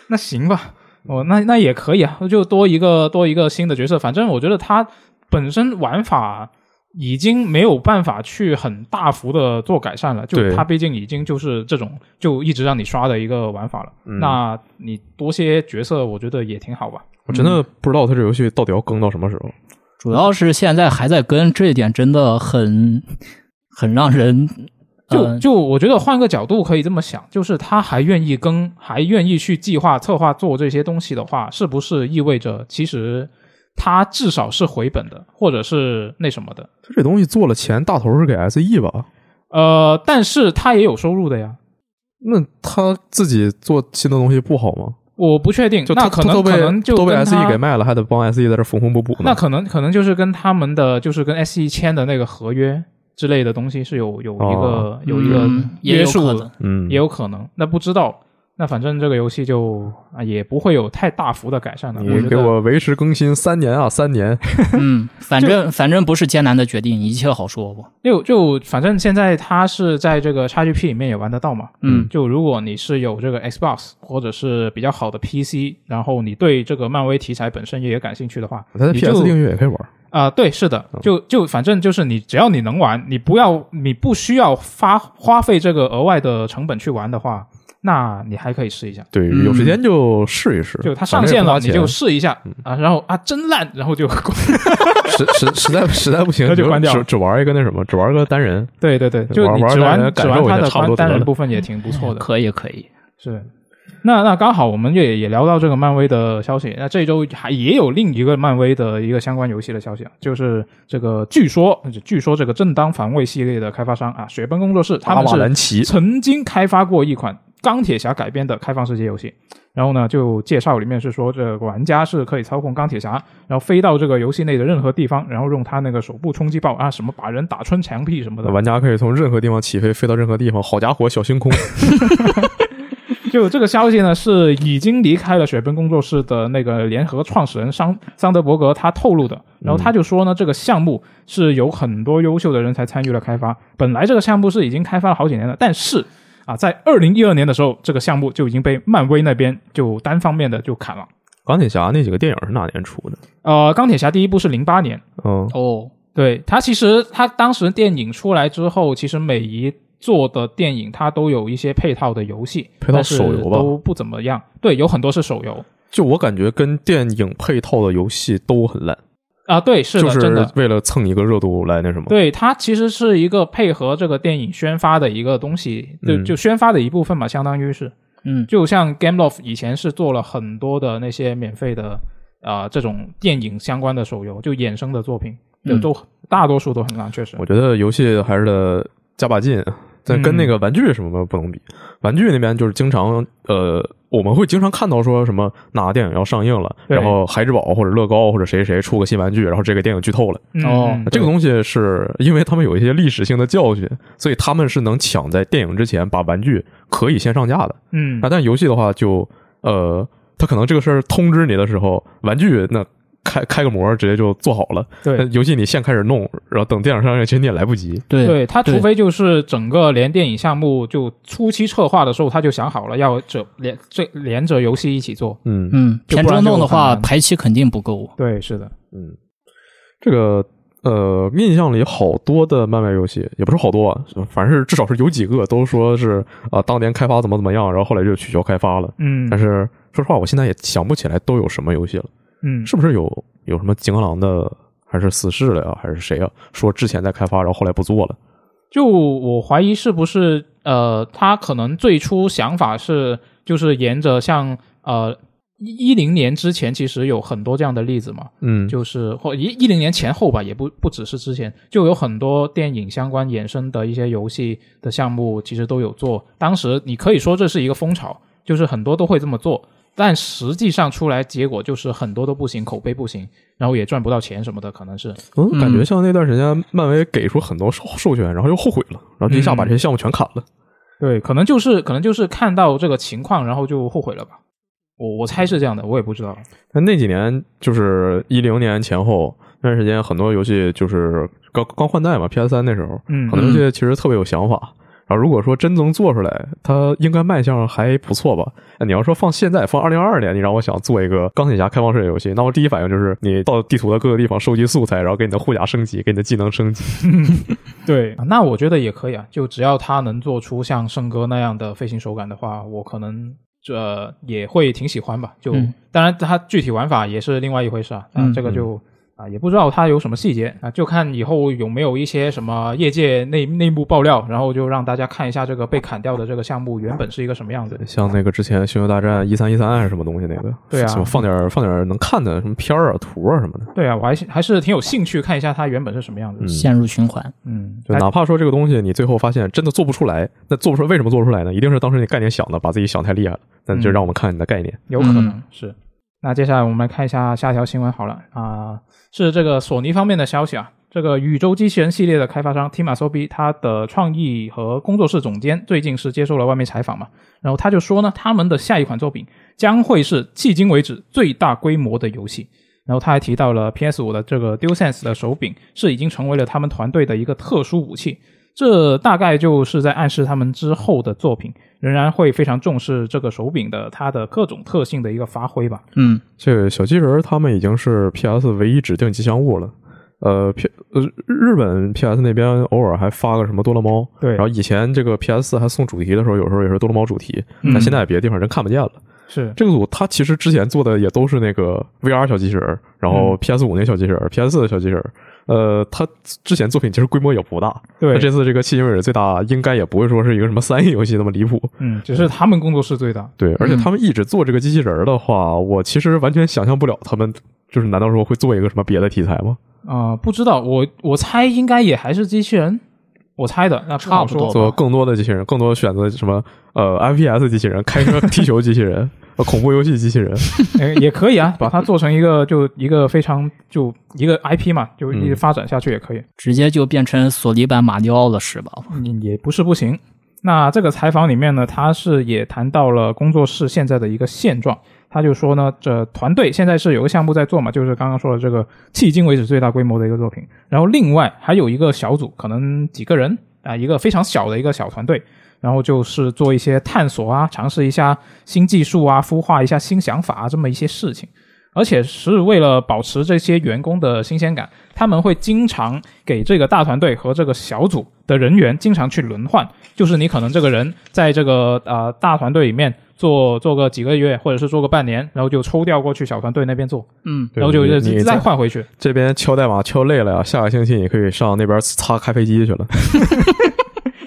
Speaker 1: 那行吧，哦，那那也可以啊，就多一个多一个新的角色。反正我觉得它本身玩法已经没有办法去很大幅的做改善了，就
Speaker 2: 对
Speaker 1: 它毕竟已经就是这种就一直让你刷的一个玩法了。
Speaker 2: 嗯
Speaker 1: 那你多些角色，我觉得也挺好吧。
Speaker 2: 我真的不知道他这游戏到底要更到什么时候。
Speaker 3: 主要是现在还在跟，这一点真的很很让人
Speaker 1: 就
Speaker 3: 呃
Speaker 1: 就我觉得换个角度可以这么想，就是他还愿意跟，还愿意去计划、策划做这些东西的话，是不是意味着其实他至少是回本的，或者是那什么的？
Speaker 2: 他这东西做了钱，大头是给 SE 吧？
Speaker 1: 呃，但是他也有收入的呀，
Speaker 2: 那他自己做新的东西不好吗？
Speaker 1: 我不确定，
Speaker 2: 就
Speaker 1: 那
Speaker 2: 他
Speaker 1: 可
Speaker 2: 他
Speaker 1: 能
Speaker 2: 都被
Speaker 1: 可能就
Speaker 2: 都被
Speaker 1: 跟
Speaker 2: SE
Speaker 1: 他
Speaker 2: E 给卖了，还得帮 SE 在这缝缝补补呢。
Speaker 1: 那可能可能就是跟他们的就是跟 S E 签的那个合约之类的东西是有有一个、
Speaker 2: 哦
Speaker 1: 有一个
Speaker 3: 嗯也
Speaker 1: 约
Speaker 3: 有
Speaker 1: 束
Speaker 3: 可
Speaker 1: 的，
Speaker 3: 能
Speaker 2: 嗯，
Speaker 1: 也有可能，那不知道。那反正这个游戏就啊也不会有太大幅的改善的，我
Speaker 2: 你
Speaker 1: 觉
Speaker 2: 给
Speaker 1: 得
Speaker 2: 我维持更新三年啊，三 (laughs) 年。
Speaker 3: (laughs) 嗯，反正反正不是艰难的决定，一切好说不？
Speaker 1: 就就反正现在它是在这个 XGP 里面也玩得到嘛。
Speaker 3: 嗯
Speaker 1: 就如果你是有这个 Xbox 或者是比较好的 PC，然后你对这个漫威题材本身也感兴趣的话，
Speaker 2: 他的
Speaker 1: 你就
Speaker 2: PS 订阅也可以玩。
Speaker 1: 啊、对，是的，
Speaker 2: 嗯
Speaker 1: 就就反正就是你只要你能玩，你不要你不需要发花费这个额外的成本去玩的话，那你还可以试一下。
Speaker 2: 对，
Speaker 3: 嗯
Speaker 2: 有时间就试一试。
Speaker 1: 就它上线了，
Speaker 2: 反正
Speaker 1: 你
Speaker 2: 也
Speaker 1: 就
Speaker 2: 不花钱嗯
Speaker 1: 试一下啊，然后啊真烂，然后就
Speaker 2: (laughs) 实实实在实在不
Speaker 1: (laughs)
Speaker 2: 行
Speaker 1: 那就关掉
Speaker 2: 只只玩一个那什么，只玩个单人。
Speaker 1: 对对对，就
Speaker 2: 玩
Speaker 1: 你
Speaker 2: 玩
Speaker 1: 只
Speaker 2: 单
Speaker 1: 玩
Speaker 2: 人感
Speaker 1: 只玩
Speaker 2: 受一
Speaker 1: 它
Speaker 2: 下
Speaker 1: 的
Speaker 2: 差不多
Speaker 1: 单单
Speaker 2: 得
Speaker 1: 人
Speaker 2: (laughs) 了
Speaker 1: 部分也挺不错的。
Speaker 3: 可以可以，
Speaker 1: 是。那那刚好，我们也也聊到这个漫威的消息。那这周还也有另一个漫威的一个相关游戏的消息啊，就是这个据说，据说这个正当防卫系列的开发商啊，雪崩工作室，他
Speaker 2: 阿
Speaker 1: 们
Speaker 2: 瓦兰
Speaker 1: 是 (laughs)
Speaker 2: 奇，
Speaker 1: 曾经开发过一款钢铁侠改编的开放世界游戏。然后呢，就介绍里面是说，这个玩家是可以操控钢铁侠，然后飞到这个游戏内的任何地方，然后用他那个手部冲击爆啊，什么把人打穿墙壁什么的，
Speaker 2: 玩家可以从任何地方起飞，飞到任何地方。好家伙，小星
Speaker 1: (laughs)
Speaker 2: 空！
Speaker 1: 就这个消息呢，是已经离开了雪崩工作室的那个联合创始人桑桑德伯格他透露的。然后他就说呢，这个项目是有很多优秀的人才参与了开发。本来这个项目是已经开发了好几年了，但是啊，在二零一二年的时候，这个项目就已经被漫威那边就单方面的就砍了。
Speaker 2: 钢铁侠那几个电影是哪年出
Speaker 1: (laughs)
Speaker 2: 的？
Speaker 1: 呃，钢铁侠第一部是零八年，
Speaker 2: 嗯，
Speaker 3: 哦，
Speaker 1: 对他其实他当时电影出来之后，其实每一做的电影它都有一些配套的游戏，
Speaker 2: 配套
Speaker 1: 但是
Speaker 2: 手游吧
Speaker 1: 都不怎么样。对，有很多是手游。
Speaker 2: 就我感觉跟电影配套的游戏都很烂，
Speaker 1: 啊，对，是的，
Speaker 2: 就
Speaker 1: 真
Speaker 2: 是
Speaker 1: 的，
Speaker 2: 为了蹭一个热度来那什么。
Speaker 1: 对，它其实是一个配合这个电影宣发的一个东西，就
Speaker 2: 嗯
Speaker 1: 就宣发的一部分嘛，相当于是，
Speaker 3: 嗯，
Speaker 1: 就像 Gameloft 以前是做了很多的那些免费的啊、呃这种电影相关的手游，就衍生的作品，就
Speaker 3: 嗯
Speaker 1: 都、大多数都很烂，确实
Speaker 2: 我，觉得游戏还是得加把劲，但跟
Speaker 1: 嗯
Speaker 2: 那个玩具什么的不能比。玩具那边就是经常呃，我们会经常看到说什么哪个电影要上映了，
Speaker 1: 对
Speaker 2: 然后孩之宝或者乐高或者谁谁出个新玩具，然后这个电影剧透了。
Speaker 1: 嗯
Speaker 3: 哦
Speaker 1: 嗯
Speaker 2: 这个东西是因为他们有一些历史性的教训，所以他们是能抢在电影之前把玩具可以先上架的。
Speaker 1: 嗯
Speaker 2: 那但游戏的话就，呃，他可能这个事儿通知你的时候，玩具那开开个模儿直接就做好了。那
Speaker 1: 对。
Speaker 2: 游戏你现开始弄，然后等电影上映，其实你也来不及。
Speaker 3: 对
Speaker 1: 对他，除
Speaker 3: 对
Speaker 1: 非就是整个连电影项目就初期策划的时候，他就想好了要这连这连着游戏一起做。
Speaker 2: 嗯
Speaker 3: 嗯，
Speaker 1: 就
Speaker 3: 田
Speaker 1: 不然
Speaker 3: 中
Speaker 1: 就
Speaker 3: 弄的
Speaker 1: 很
Speaker 3: 话，
Speaker 1: 难
Speaker 3: 排期肯定不够。
Speaker 1: 对，是的，
Speaker 2: 嗯，这个呃，印象里好多的漫威游戏，也不是好多啊，反正是至少是有几个都说是啊、当年开发怎么怎么样，然后后来就取消开发了。
Speaker 1: 嗯
Speaker 2: 但是说实话，我现在也想不起来都有什么游戏了，
Speaker 1: 嗯，
Speaker 2: 是不是有有什么金刚狼的，还是死侍了呀，还是谁呀？说之前在开发，然后后来不做了。
Speaker 1: 就我怀疑是不是呃，他可能最初想法是就是沿着像呃一一零年之前其实有很多这样的例子嘛，
Speaker 2: 嗯，
Speaker 1: 就是或一一零年前后吧，也不不只是之前，就有很多电影相关衍生的一些游戏的项目，其实都有做。当时你可以说这是一个风潮，就是很多都会这么做，但实际上出来结果就是很多都不行，口碑不行，然后也赚不到钱什么的，可能是
Speaker 2: 嗯，感觉像那段时间漫威给出很多授授权，然后又后悔了，然后一下把这些项目全砍了。
Speaker 1: 对，可能就是可能就是看到这个情况，然后就后悔了吧。我我猜是这样的，我也不知道。
Speaker 2: 但那几年就是一零年前后那段时间，很多游戏就是刚刚换代嘛，PS 三那时候，
Speaker 1: 嗯
Speaker 2: 很多游戏其实特别有想法。然后如果说真能做出来，它应该卖相还不错吧？哎那你要说放现在，放二零二二年，你让我想做一个钢铁侠开放世界游戏，那我第一反应就是你到地图的各个地方收集素材，然后给你的护甲升级，给你的技能升级。
Speaker 1: 对，那我觉得也可以啊，就只要他能做出像圣哥那样的飞行手感的话，我可能这、呃也会挺喜欢吧。就、
Speaker 3: 嗯
Speaker 1: 当然，他具体玩法也是另外一回事啊，啊
Speaker 3: 嗯
Speaker 1: 这个就。啊，也不知道他有什么细节啊，就看以后有没有一些什么业界内内幕爆料，然后就让大家看一下这个被砍掉的这个项目原本是一个什么样子。
Speaker 2: 像那个之前《星球大战》一三一三还是什么东西那个，
Speaker 1: 对啊
Speaker 2: 什么放点放点能看的什么片儿啊、图啊什么的，
Speaker 1: 对啊，我还是还是挺有兴趣看一下它原本是什么样子的。
Speaker 3: 陷入循环。
Speaker 1: 嗯，
Speaker 2: 就哪怕说这个东西你最后发现真的做不出来，那做不出来为什么做不出来呢？一定是当时你概念想的，把自己想太厉害了。那
Speaker 1: 嗯
Speaker 2: 就让我们看你的概念。
Speaker 1: 有可能、
Speaker 3: 嗯
Speaker 1: 是。那接下来我们来看一下下一条新闻好了啊、是这个索尼方面的消息啊。这个宇宙机器人系列的开发商 Tim Asobi，他的创意和工作室总监最近是接受了外面采访嘛，然后他就说呢，他们的下一款作品将会是迄今为止最大规模的游戏。然后他还提到了 PS 五的这个 DualSense 的手柄是已经成为了他们团队的一个特殊武器，这大概就是在暗示他们之后的作品仍然会非常重视这个手柄的它的各种特性的一个发挥吧。
Speaker 3: 嗯
Speaker 2: 这个小机器人儿他们已经是 PS 唯一指定吉祥物了。呃，P 呃，日本 PS 那边偶尔还发个什么多乐猫，
Speaker 1: 对
Speaker 2: 然后以前这个 PS 四还送主题的时候，有时候也是多乐猫主题，
Speaker 1: 嗯
Speaker 2: 但现在别的地方真看不见了。
Speaker 1: 是，
Speaker 2: 这个组他其实之前做的也都是那个 VR 小机器人儿，然后
Speaker 1: 嗯
Speaker 2: PS 五那小机器人儿、PS 四的小机器人儿。呃，他之前作品其实规模也不大，
Speaker 1: 对
Speaker 2: 那这次这个迄今为止最大，应该也不会说是一个什么三亿游戏那么离谱。
Speaker 1: 嗯，只是他们工作室最大。
Speaker 2: 对，而且他们一直做这个机器人儿的话，我其实完全想象不了他们就是难道说会做一个什么别的题材吗？
Speaker 1: 啊、不知道，我我猜应该也还是机器人，我猜的，那不好
Speaker 3: 差不
Speaker 1: 说。
Speaker 3: 多
Speaker 2: 做更多的机器人，更多的选择什么呃 FPS 机器人、开车踢球机器人、呃恐怖游戏机器人。
Speaker 1: 哎，也可以
Speaker 2: (laughs)
Speaker 1: 啊，把它做成一个就一个非常就一个 IP 嘛，就
Speaker 2: 嗯
Speaker 1: 一直发展下去也可以，
Speaker 3: 直接就变成索尼版马里奥了是吧？
Speaker 1: 嗯也不是不行。那这个采访里面呢，他是也谈到了工作室现在的一个现状。他就说呢，这团队现在是有个项目在做嘛，就是刚刚说的这个迄今为止最大规模的一个作品。然后另外还有一个小组，可能几个人啊、一个非常小的一个小团队，然后就是做一些探索啊，尝试一下新技术啊，孵化一下新想法啊，这么一些事情。而且是为了保持这些员工的新鲜感，他们会经常给这个大团队和这个小组的人员经常去轮换。就是你可能这个人在这个呃大团队里面做做个几个月，或者是做个半年，然后就抽调过去小团队那边做，
Speaker 3: 嗯，
Speaker 2: 对
Speaker 1: 然后就
Speaker 2: 你
Speaker 1: 就
Speaker 2: 你
Speaker 1: 再
Speaker 2: 在
Speaker 1: 换回去。
Speaker 2: 这边敲代码敲累了呀，下个星期你可以上那边擦开飞机去了。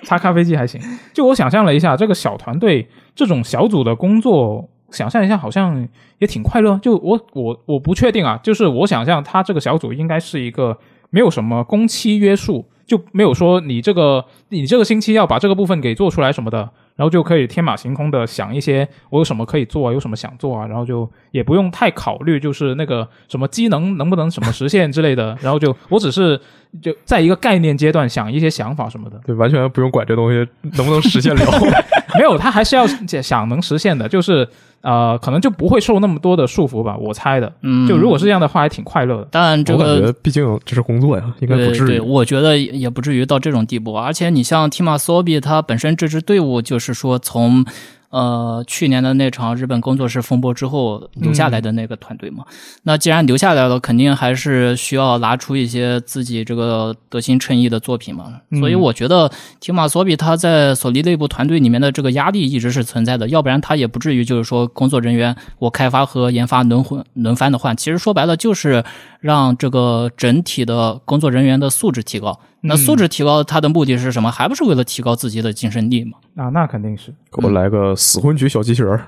Speaker 1: 擦咖啡机还行。就我想象了一下，这个小团队这种小组的工作，想象一下好像也挺快乐。就我我我不确定啊，就是我想象他这个小组应该是一个没有什么工期约束，就没有说你这个你这个星期要把这个部分给做出来什么的。然后就可以天马行空的想一些我有什么可以做啊，有什么想做啊，然后就也不用太考虑就是那个什么机能能不能什么实现之类的，然后就我只是就在一个概念阶段想一些想法什么的。
Speaker 2: 对，完全不用管这东西能不能实现了。
Speaker 1: (laughs) 没有，他还是要想能实现的，就是呃，可能就不会受那么多的束缚吧，我猜的。
Speaker 3: 嗯，
Speaker 1: 就如果是这样的话，还挺快乐的。
Speaker 3: 但这
Speaker 2: 我感觉
Speaker 3: 个。
Speaker 2: 毕竟这是工作呀，应该不
Speaker 3: 对
Speaker 2: 至
Speaker 3: 对，
Speaker 2: 于。
Speaker 3: 我觉得也不至于到这种地步。而且你像 Tima Sobi，他本身这支队伍就是说从，呃，去年的那场日本工作室风波之后留下
Speaker 2: 嗯
Speaker 3: 来的那个团队嘛。那既然留下来了，肯定还是需要拿出一些自己这个得心称意的作品嘛。
Speaker 1: 嗯
Speaker 3: 所以我觉得提马索比他在索尼内部团队里面的这个压力一直是存在的，要不然他也不至于就是说工作人员我开发和研发轮换轮番的换。其实说白了就是让这个整体的工作人员的素质提高。那素质提高，它的目的是什么？还不是为了提高自己的竞争力嘛？
Speaker 1: 啊，那肯定是 (laughs)
Speaker 2: 给我来个死魂局小机器人儿，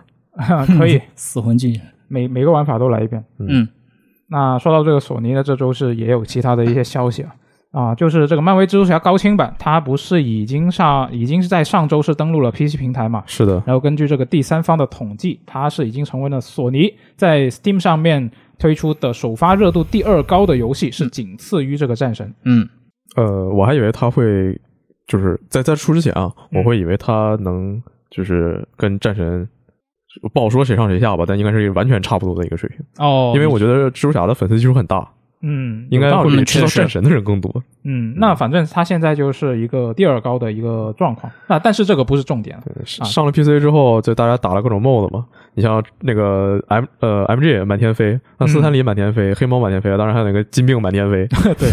Speaker 3: (laughs)
Speaker 1: 可以。
Speaker 3: 死魂技
Speaker 1: 每每个玩法都来一遍。
Speaker 3: 嗯，
Speaker 1: 那说到这个索尼呢，这周是也有其他的一些消息啊，啊，就是这个漫威蜘蛛侠高清版，它不是已经上已经是在上周是登陆了 PC 平台嘛？
Speaker 2: 是的，
Speaker 1: 然后根据这个第三方的统计，它是已经成为了索尼在 Steam 上面推出的首发热度第二高的游戏，是仅次于这个战神。
Speaker 3: 嗯，
Speaker 2: 呃，我还以为他会就是在在出之前啊，
Speaker 1: 嗯
Speaker 2: 我会以为他能就是跟战神。不好说谁上谁下吧，但应该是完全差不多的一个水平，
Speaker 1: 哦
Speaker 2: 因为我觉得蜘蛛侠的粉丝基础很大，
Speaker 1: 嗯
Speaker 2: 应该
Speaker 1: 有道理
Speaker 2: 会比知道
Speaker 3: 确实
Speaker 2: 战神的人更多。
Speaker 1: 嗯，那反正它现在就是一个第二高的一个状况。那但是这个不是重点啊，
Speaker 2: 上上了 PC 之后，就大家打了各种 mod 嘛。你像那个 M 呃 MG 满天飞，那斯
Speaker 1: 嗯
Speaker 2: 坦李满天飞，黑猫满天飞，当然还有那个金并
Speaker 1: (laughs)
Speaker 2: 满天飞。
Speaker 1: 对，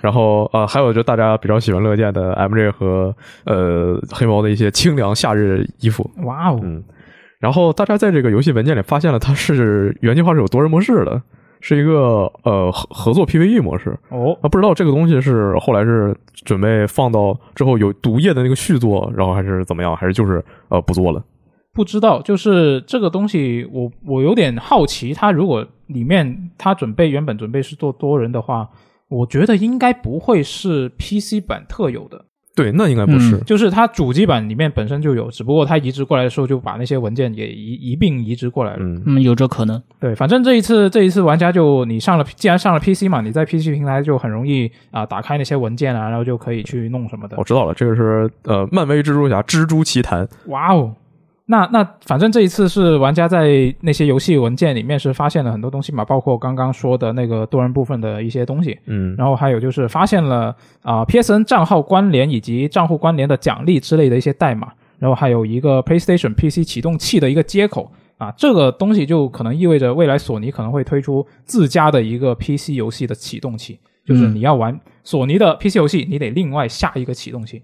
Speaker 2: 然后呃，还有就大家比较喜闻乐见的 MG 和呃黑猫的一些清凉夏日衣服。
Speaker 1: 哇哦，
Speaker 2: 嗯，然后大家在这个游戏文件里发现了，它是原计划是有多人模式的，是一个呃合合作 PVE 模式。
Speaker 1: 哦，
Speaker 2: 啊，不知道这个东西是后来是准备放到之后有毒液的那个续作，然后还是怎么样，还是就是呃不做了。
Speaker 1: 不知道，就是这个东西我，我有点好奇，它如果里面它准备原本准备是做多人的话，我觉得应该不会是 PC 版特有的，
Speaker 2: 对，那应该不是。
Speaker 3: 嗯
Speaker 1: 就是它主机版里面本身就有，只不过它移植过来的时候就把那些文件也一一并移植过来了。
Speaker 2: 嗯
Speaker 3: 嗯，有这可能。
Speaker 1: 对，反正这一次这一次玩家就你上了，既然上了 PC 嘛，你在 PC 平台就很容易啊、打开那些文件啊，然后就可以去弄什么的
Speaker 2: 我。知道了，这个是呃，漫威蜘蛛侠蜘蛛奇谭，
Speaker 1: 哇哦！那那反正这一次是玩家在那些游戏文件里面是发现了很多东西嘛，包括刚刚说的那个多人部分的一些东西，
Speaker 2: 嗯，
Speaker 1: 然后还有就是发现了啊、PSN 账号关联以及账户关联的奖励之类的一些代码，然后还有一个 PlayStation PC 启动器的一个接口啊，这个东西就可能意味着未来索尼可能会推出自家的一个 PC 游戏的启动器，就是
Speaker 3: 嗯
Speaker 1: 你要玩索尼的 PC 游戏，你得另外下一个启动器。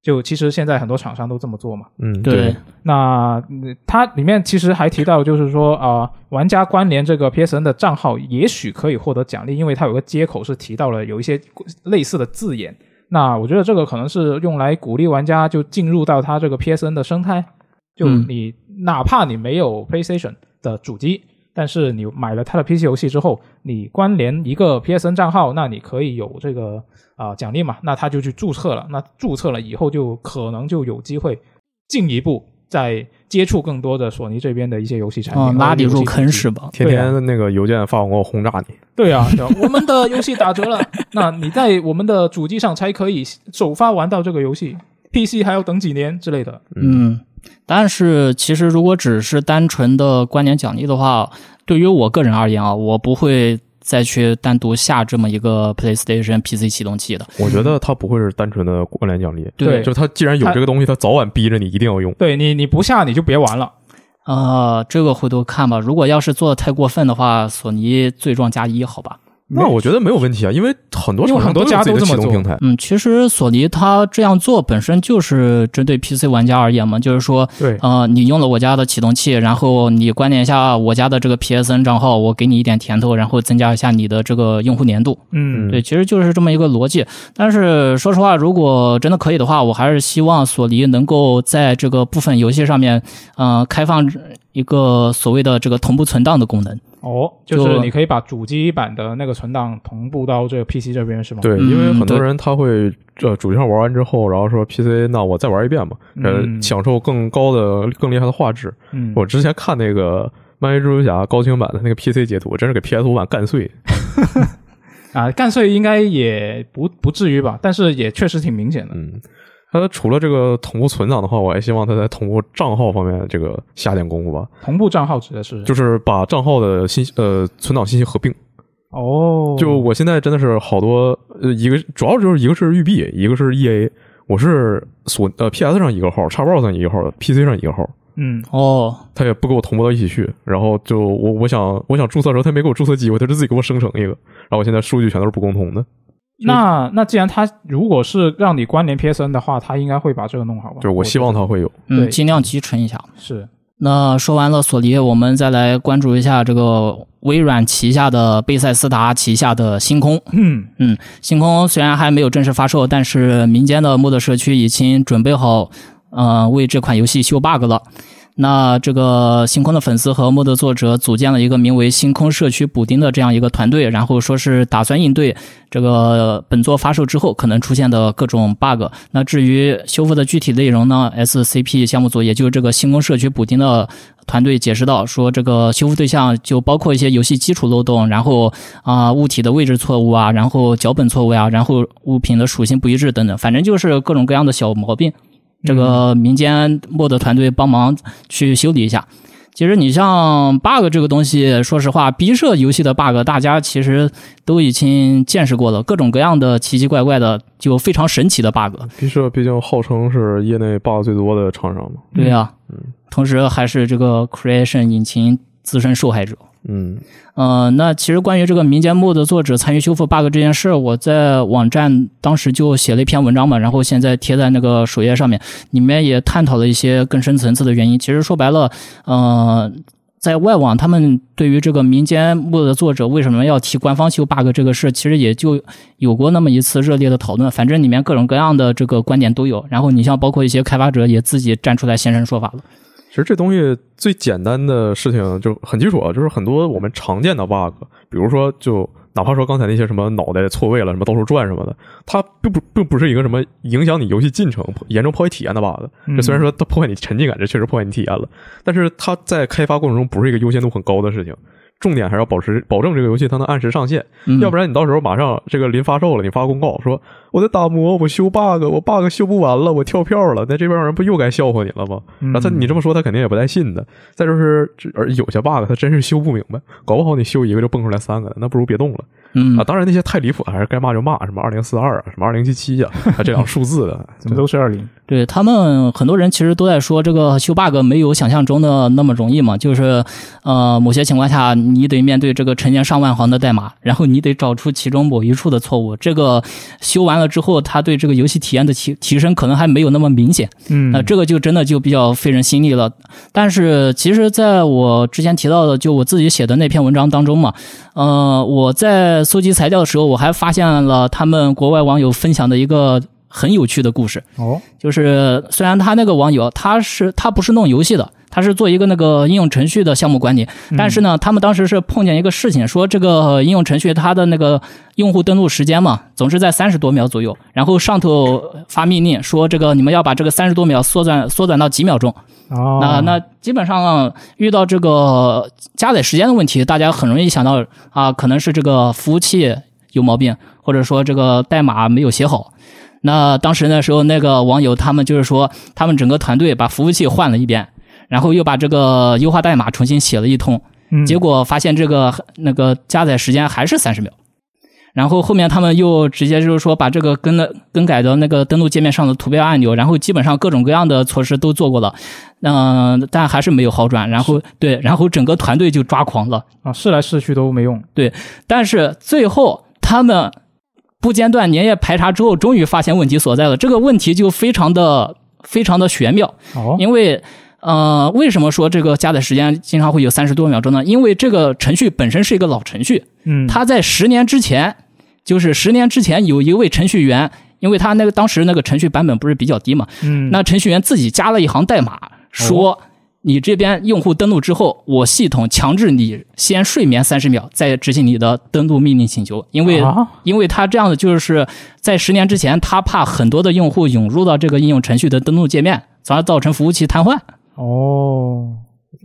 Speaker 1: 就其实现在很多厂商都这么做嘛。
Speaker 2: 嗯，
Speaker 3: 对，
Speaker 1: 那嗯它里面其实还提到，就是说啊、呃玩家关联这个 PSN 的账号，也许可以获得奖励，因为它有个接口是提到了有一些类似的字眼。那我觉得这个可能是用来鼓励玩家就进入到它这个 PSN 的生态，就
Speaker 3: 嗯
Speaker 1: 你、哪怕你没有 PlayStation 的主机，但是你买了它的 PC 游戏之后，你关联一个 PSN 账号，那你可以有这个啊、奖励嘛，那他就去注册了，那注册了以后就可能就有机会进一步再接触更多的索尼这边的一些游戏产品，
Speaker 3: 嗯，拉你入坑
Speaker 1: 是。
Speaker 3: 是吧？
Speaker 2: 天天那个邮件发广告轰炸你，
Speaker 1: 对啊，对啊我们的游戏打折了，那你在我们的主机上才可以首发玩到这个游戏，PC 还要等几年之类的。
Speaker 3: 嗯，但是其实如果只是单纯的关联奖励的话，对于我个人而言啊，我不会再去单独下这么一个 PlayStation PC 启动器的。
Speaker 2: 我觉得它不会是单纯的关联奖励，
Speaker 1: 对
Speaker 2: 就它既然有
Speaker 1: 它
Speaker 2: 这个东西，它早晚逼着你一定要用。
Speaker 1: 对你，你不下你就别玩了。
Speaker 3: 呃，这个回头看吧。如果要是做的太过分的话，索尼罪状加一，好吧？
Speaker 2: 那我觉得没有问题啊，因为很多
Speaker 1: 因为
Speaker 2: 厂商
Speaker 1: 很多
Speaker 2: 都有
Speaker 1: 家
Speaker 2: 自己
Speaker 1: 都
Speaker 2: 的
Speaker 1: 这
Speaker 2: 启
Speaker 1: 么
Speaker 2: 动
Speaker 1: 做
Speaker 2: 平台，
Speaker 3: 嗯，其实索尼它这样做本身就是针对 PC 玩家而言嘛，就是说，
Speaker 1: 对
Speaker 3: 呃，你用了我家的启动器，然后你关联一下我家的这个 PSN 账号，我给你一点甜头，然后增加一下你的这个用户粘度。
Speaker 1: 嗯，
Speaker 3: 对，其实就是这么一个逻辑。但是说实话，如果真的可以的话，我还是希望索尼能够在这个部分游戏上面，嗯、开放一个所谓的这个同步存档的功能。
Speaker 1: 哦，就是你可以把主机版的那个存档同步到这个 PC 这边是吗？，
Speaker 2: 对，
Speaker 3: 嗯
Speaker 2: 因为很多
Speaker 3: 对
Speaker 2: 人他会呃主机上玩完之后，然后说 PC 那我再玩一遍吧，呃，
Speaker 1: 嗯
Speaker 2: 享受更高的、更厉害的画质。
Speaker 1: 嗯，
Speaker 2: 我之前看那个漫威蜘蛛侠高清版的那个 PC 截图，真是给 PS 五版干碎。
Speaker 1: 啊，干脆应该也不不至于吧，但是也确实挺明显的。
Speaker 2: 嗯，它除了这个同步存档的话，我还希望它在同步账号方面这个下点功夫吧，
Speaker 1: 同步账号指的是
Speaker 2: 就是把账号的信息呃存档信息合并。
Speaker 1: 哦，
Speaker 2: 就我现在真的是好多呃，一个主要就是一个是育碧，一个是 EA，我是索呃 PS 上一个号，x box 上一个号，PC 上一个号。
Speaker 1: 嗯，
Speaker 3: 哦，
Speaker 2: 他也不给我同步到一起去，然后就我我想我想注册的时候，他没给我注册机会，他就自己给我生成一个，然后我现在数据全都是不共通的，
Speaker 1: 那那既然他如果是让你关联 PSN 的话，他应该会把这个弄好吧？
Speaker 2: 就是我希望他会有，
Speaker 1: 对
Speaker 3: 嗯，尽量集成一下。
Speaker 1: 是
Speaker 2: (laughs)
Speaker 3: 那说完了索尼，我们再来关注一下这个微软旗下的贝塞斯达旗下的星空。
Speaker 1: 嗯
Speaker 3: 星空虽然还没有正式发售，但是民间的 mod 社区已经准备好，呃，为这款游戏修 bug 了。那这个星空的粉丝和莫德作者组建了一个名为“星空社区补丁”的这样一个团队，然后说是打算应对这个本作发售之后可能出现的各种 bug。那至于修复的具体内容呢，SCP 项目组也就是这个星空社区补丁的团队解释到，说这个修复对象就包括一些游戏基础漏洞，然后啊、物体的位置错误啊，然后脚本错误啊，然后物品的属性不一致等等，反正就是各种各样的小毛病。这个民间莫德团队帮忙去修理一下。其实你像 bug 这个东西，说实话，B 社游戏的 bug 大家其实都已经见识过了，各种各样的奇奇怪怪的，就非常神奇的 bug。
Speaker 2: 毕设毕竟号称是业内 bug 最多的厂商嘛，
Speaker 3: 对呀、同时还是这个 Creation 引擎自身受害者。
Speaker 2: 嗯，
Speaker 3: 呃，那其实关于这个民间木的作者参与修复 bug 这件事，我在网站当时就写了一篇文章嘛，然后现在贴在那个首页上面，里面也探讨了一些更深层次的原因。其实说白了，呃。在外网，他们对于这个民间木的作者为什么要提官方修 bug 这个事，其实也就有过那么一次热烈的讨论。反正里面各种各样的这个观点都有。然后你像包括一些开发者也自己站出来现身说法了。
Speaker 2: 其实这东西最简单的事情就很基础啊，就是很多我们常见的 bug，比如说就哪怕说刚才那些什么脑袋错位了、什么到处转什么的，它并不并不是一个什么影响你游戏进程、严重破坏体验的 bug。这虽然说它破坏你沉浸感，这确实破坏你体验了，但是它在开发过程中不是一个优先度很高的事情。重点还是要保持保证这个游戏它能按时上线，
Speaker 3: 嗯
Speaker 2: 要不然你到时候马上这个临发售了，你发公告说我在打磨，我修 bug，我 bug 修不完了，我跳票了，那这帮人不又该笑话你了吗？
Speaker 1: 嗯
Speaker 2: 然后他你这么说，他肯定也不带信的。再就是，这而有些 bug 他真是修不明白，搞不好你修一个就蹦出来三个，那不如别动了
Speaker 3: 嗯
Speaker 2: 啊！，当然那些太离谱的，还是该骂就骂，什么二零四二啊，什么二零七七啊，啊这两数字的，
Speaker 1: 怎么都是二零，
Speaker 3: 对他们很多人其实都在说，这个修 bug 没有想象中的那么容易嘛，就是呃，某些情况下你得面对这个成千上万行的代码，然后你得找出其中某一处的错误。这个修完了之后，他对这个游戏体验的提提升可能还没有那么明显。
Speaker 1: 嗯，
Speaker 3: 那、这个就真的就比较费人心力了。但是其实在我之前提到的，就我自己写的那篇文章当中嘛，呃，我在搜集材料的时候，我还发现了他们国外网友分享的一个很有趣的故事。
Speaker 1: 哦，
Speaker 3: 就是虽然他那个网友他是他不是弄游戏的，他是做一个那个应用程序的项目管理，但是呢，他们当时是碰见一个事情，说这个应用程序它的那个用户登录时间嘛，总是在三十多秒左右，然后上头发命令说这个你们要把这个三十多秒缩短缩短到几秒钟。
Speaker 1: 哦，
Speaker 3: 那那基本上遇到这个加载时间的问题，大家很容易想到啊，可能是这个服务器有毛病，或者说这个代码没有写好。那当时那时候那个网友他们就是说，他们整个团队把服务器换了一遍，然后又把这个优化代码重新写了一通，
Speaker 1: 嗯
Speaker 3: 结果发现这个那个加载时间还是三十秒。然后后面他们又直接就是说把这个更的更改的那个登录界面上的图标按钮，然后基本上各种各样的措施都做过了，嗯、但还是没有好转。然后对，然后整个团队就抓狂了。
Speaker 1: 啊试来试去都没用，
Speaker 3: 但是最后他们不间断连夜排查之后，终于发现问题所在了。这个问题就非常的非常的玄妙，
Speaker 1: 哦，
Speaker 3: 因为呃，为什么说这个加载时间经常会有三十多秒钟呢？因为这个程序本身是一个老程序，
Speaker 1: 嗯，
Speaker 3: 他在十年之前，就是十年之前有一位程序员，因为他那个当时那个程序版本不是比较低嘛，
Speaker 1: 嗯哦
Speaker 3: 那程序员自己加了一行代码，说你这边用户登录之后，我系统强制你先睡眠三十秒，再执行你的登录命令请求，因为、
Speaker 1: 啊
Speaker 3: 因为他这样的就是在十年之前，他怕很多的用户涌入到这个应用程序的登录界面，从而造成服务器瘫痪。
Speaker 1: 哦，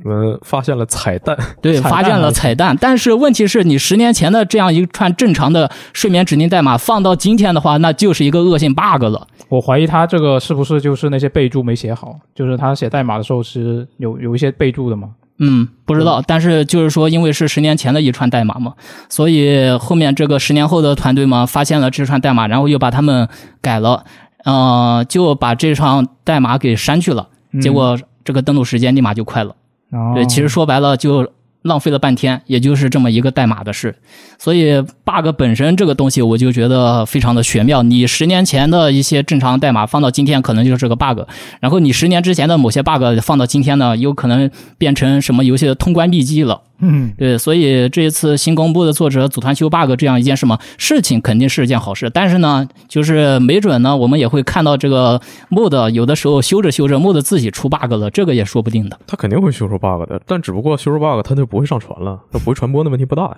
Speaker 2: 我们发现了彩蛋，
Speaker 3: 对，
Speaker 1: 彩蛋
Speaker 3: 发现
Speaker 1: 还
Speaker 3: 了
Speaker 1: 是
Speaker 3: 彩蛋，但是问题是你十年前的这样一串正常的睡眠指令代码放到今天的话，那就是一个恶性 bug 了。
Speaker 1: 我怀疑他这个是不是就是那些备注没写好，就是他写代码的时候是有有一些备注的嘛？
Speaker 3: 嗯，不知道，但是就是说，因为是十年前的一串代码嘛，所以后面这个十年后的团队嘛，发现了这串代码，然后又把它们改了，呃，就把这串代码给删去了，
Speaker 1: 嗯
Speaker 3: 结果这个登录时间立马就快了。
Speaker 1: 哦
Speaker 3: 对，其实说白了就浪费了半天，也就是这么一个代码的事。所以 bug 本身这个东西，我就觉得非常的玄妙。你十年前的一些正常代码放到今天，可能就是个 bug；然后你十年之前的某些 bug 放到今天呢，有可能变成什么游戏的通关秘籍了。
Speaker 1: 嗯，
Speaker 3: 对，所以这一次新公布的作者组团修 bug 这样一件事嘛，事情肯定是一件好事，但是呢，就是没准呢，我们也会看到这个 mod 有的时候修着修着 mod 自己出 bug 了，这个也说不定的。
Speaker 2: 它肯定会修出 bug 的，但只不过修出 bug 它就不会上传了，它不会传播的问题不大呀。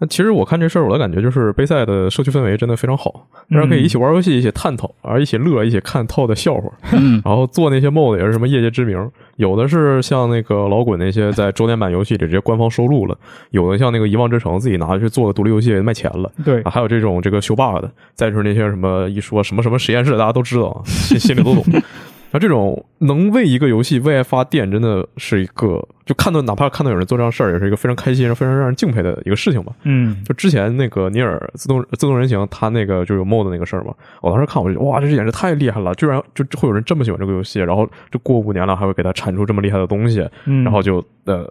Speaker 2: 那其实我看这事儿，我的感觉就是杯赛的社区氛围真的非常好，大家
Speaker 1: 嗯
Speaker 2: 可以一起玩游戏，一起探讨，而一起乐，一起看 t 的笑话，
Speaker 3: 嗯，
Speaker 2: 然后做那些 mod 也是什么业界知名，有的是像那个老滚那些在周年版游戏里直接官方收录了，有的像那个遗忘之城自己拿去做的独立游戏卖钱了。
Speaker 1: 对
Speaker 2: 啊，还有这种这个修 bug 的，再就是那些什么一说什么什么实验室，大家都知道啊，心心里都懂。 (laughs) 那这种能为一个游戏为爱发电，真的是一个就看到哪怕看到有人做这样的事儿，也是一个非常开心、非常让人敬佩的一个事情吧。
Speaker 1: 嗯，
Speaker 2: 就之前那个尼尔自动自动人形，他那个就有 mod 那个事儿嘛，我当时看我就哇，这简直太厉害了，居然就会有人这么喜欢这个游戏，然后就过五年了还会给他产出这么厉害的东西，
Speaker 1: 嗯
Speaker 2: 然后就呃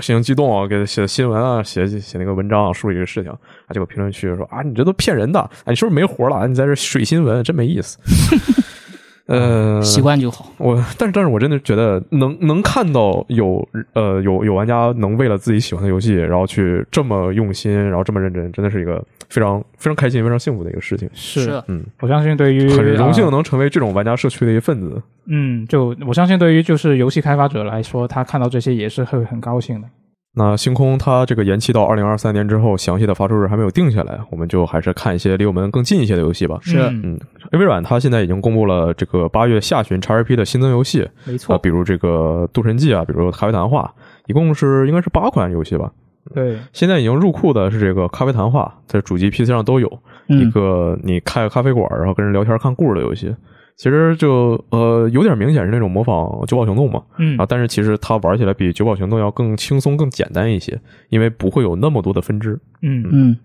Speaker 2: 心情激动啊，给他写新闻啊，写写那个文章啊，梳理这个事情啊，结果评论区就说啊，你这都骗人的，啊，你是不是没活了？啊你在这水新闻，真没意思。 (laughs)
Speaker 3: (laughs)
Speaker 2: 呃，
Speaker 3: 习惯就好。
Speaker 2: 我， (laughs) 但是但是我真的觉得能能看到有呃有有玩家能为了自己喜欢的游戏，然后去这么用心，然后这么认真，真的是一个非常非常开心、非常幸福的一个事情。
Speaker 3: 啊
Speaker 1: 是，
Speaker 2: 嗯，
Speaker 1: 我相信对于
Speaker 2: 很荣幸
Speaker 1: 呃
Speaker 2: 能成为这种玩家社区的一份子。
Speaker 1: 嗯，就我相信对于就是游戏开发者来说，他看到这些也是会很高兴的。
Speaker 2: 那星空它这个延期到二零二三年之后，详细的发售日还没有定下来，我们就还是看一些离我们更近一些的游戏吧。
Speaker 3: 是
Speaker 1: 嗯
Speaker 2: 微软它现在已经公布了这个八月下旬 XRP 的新增游戏，
Speaker 1: 没
Speaker 2: 啊、
Speaker 1: 错，
Speaker 2: 比如这个《渡神记》啊，比如《咖啡谈话》，一共是应该是八款游戏吧。
Speaker 1: 对，
Speaker 2: 现在已经入库的是这个咖啡谈话，在主机、PC 上都有、一
Speaker 3: 嗯，
Speaker 2: 个你开个咖啡馆，然后跟人聊天看故事的游戏。其实就呃有点明显是那种模仿《九宝行动》嘛，
Speaker 1: 嗯
Speaker 2: 啊，但是其实它玩起来比《九宝行动》要更轻松、更简单一些，因为不会有那么多的分支。
Speaker 1: 嗯
Speaker 3: 嗯，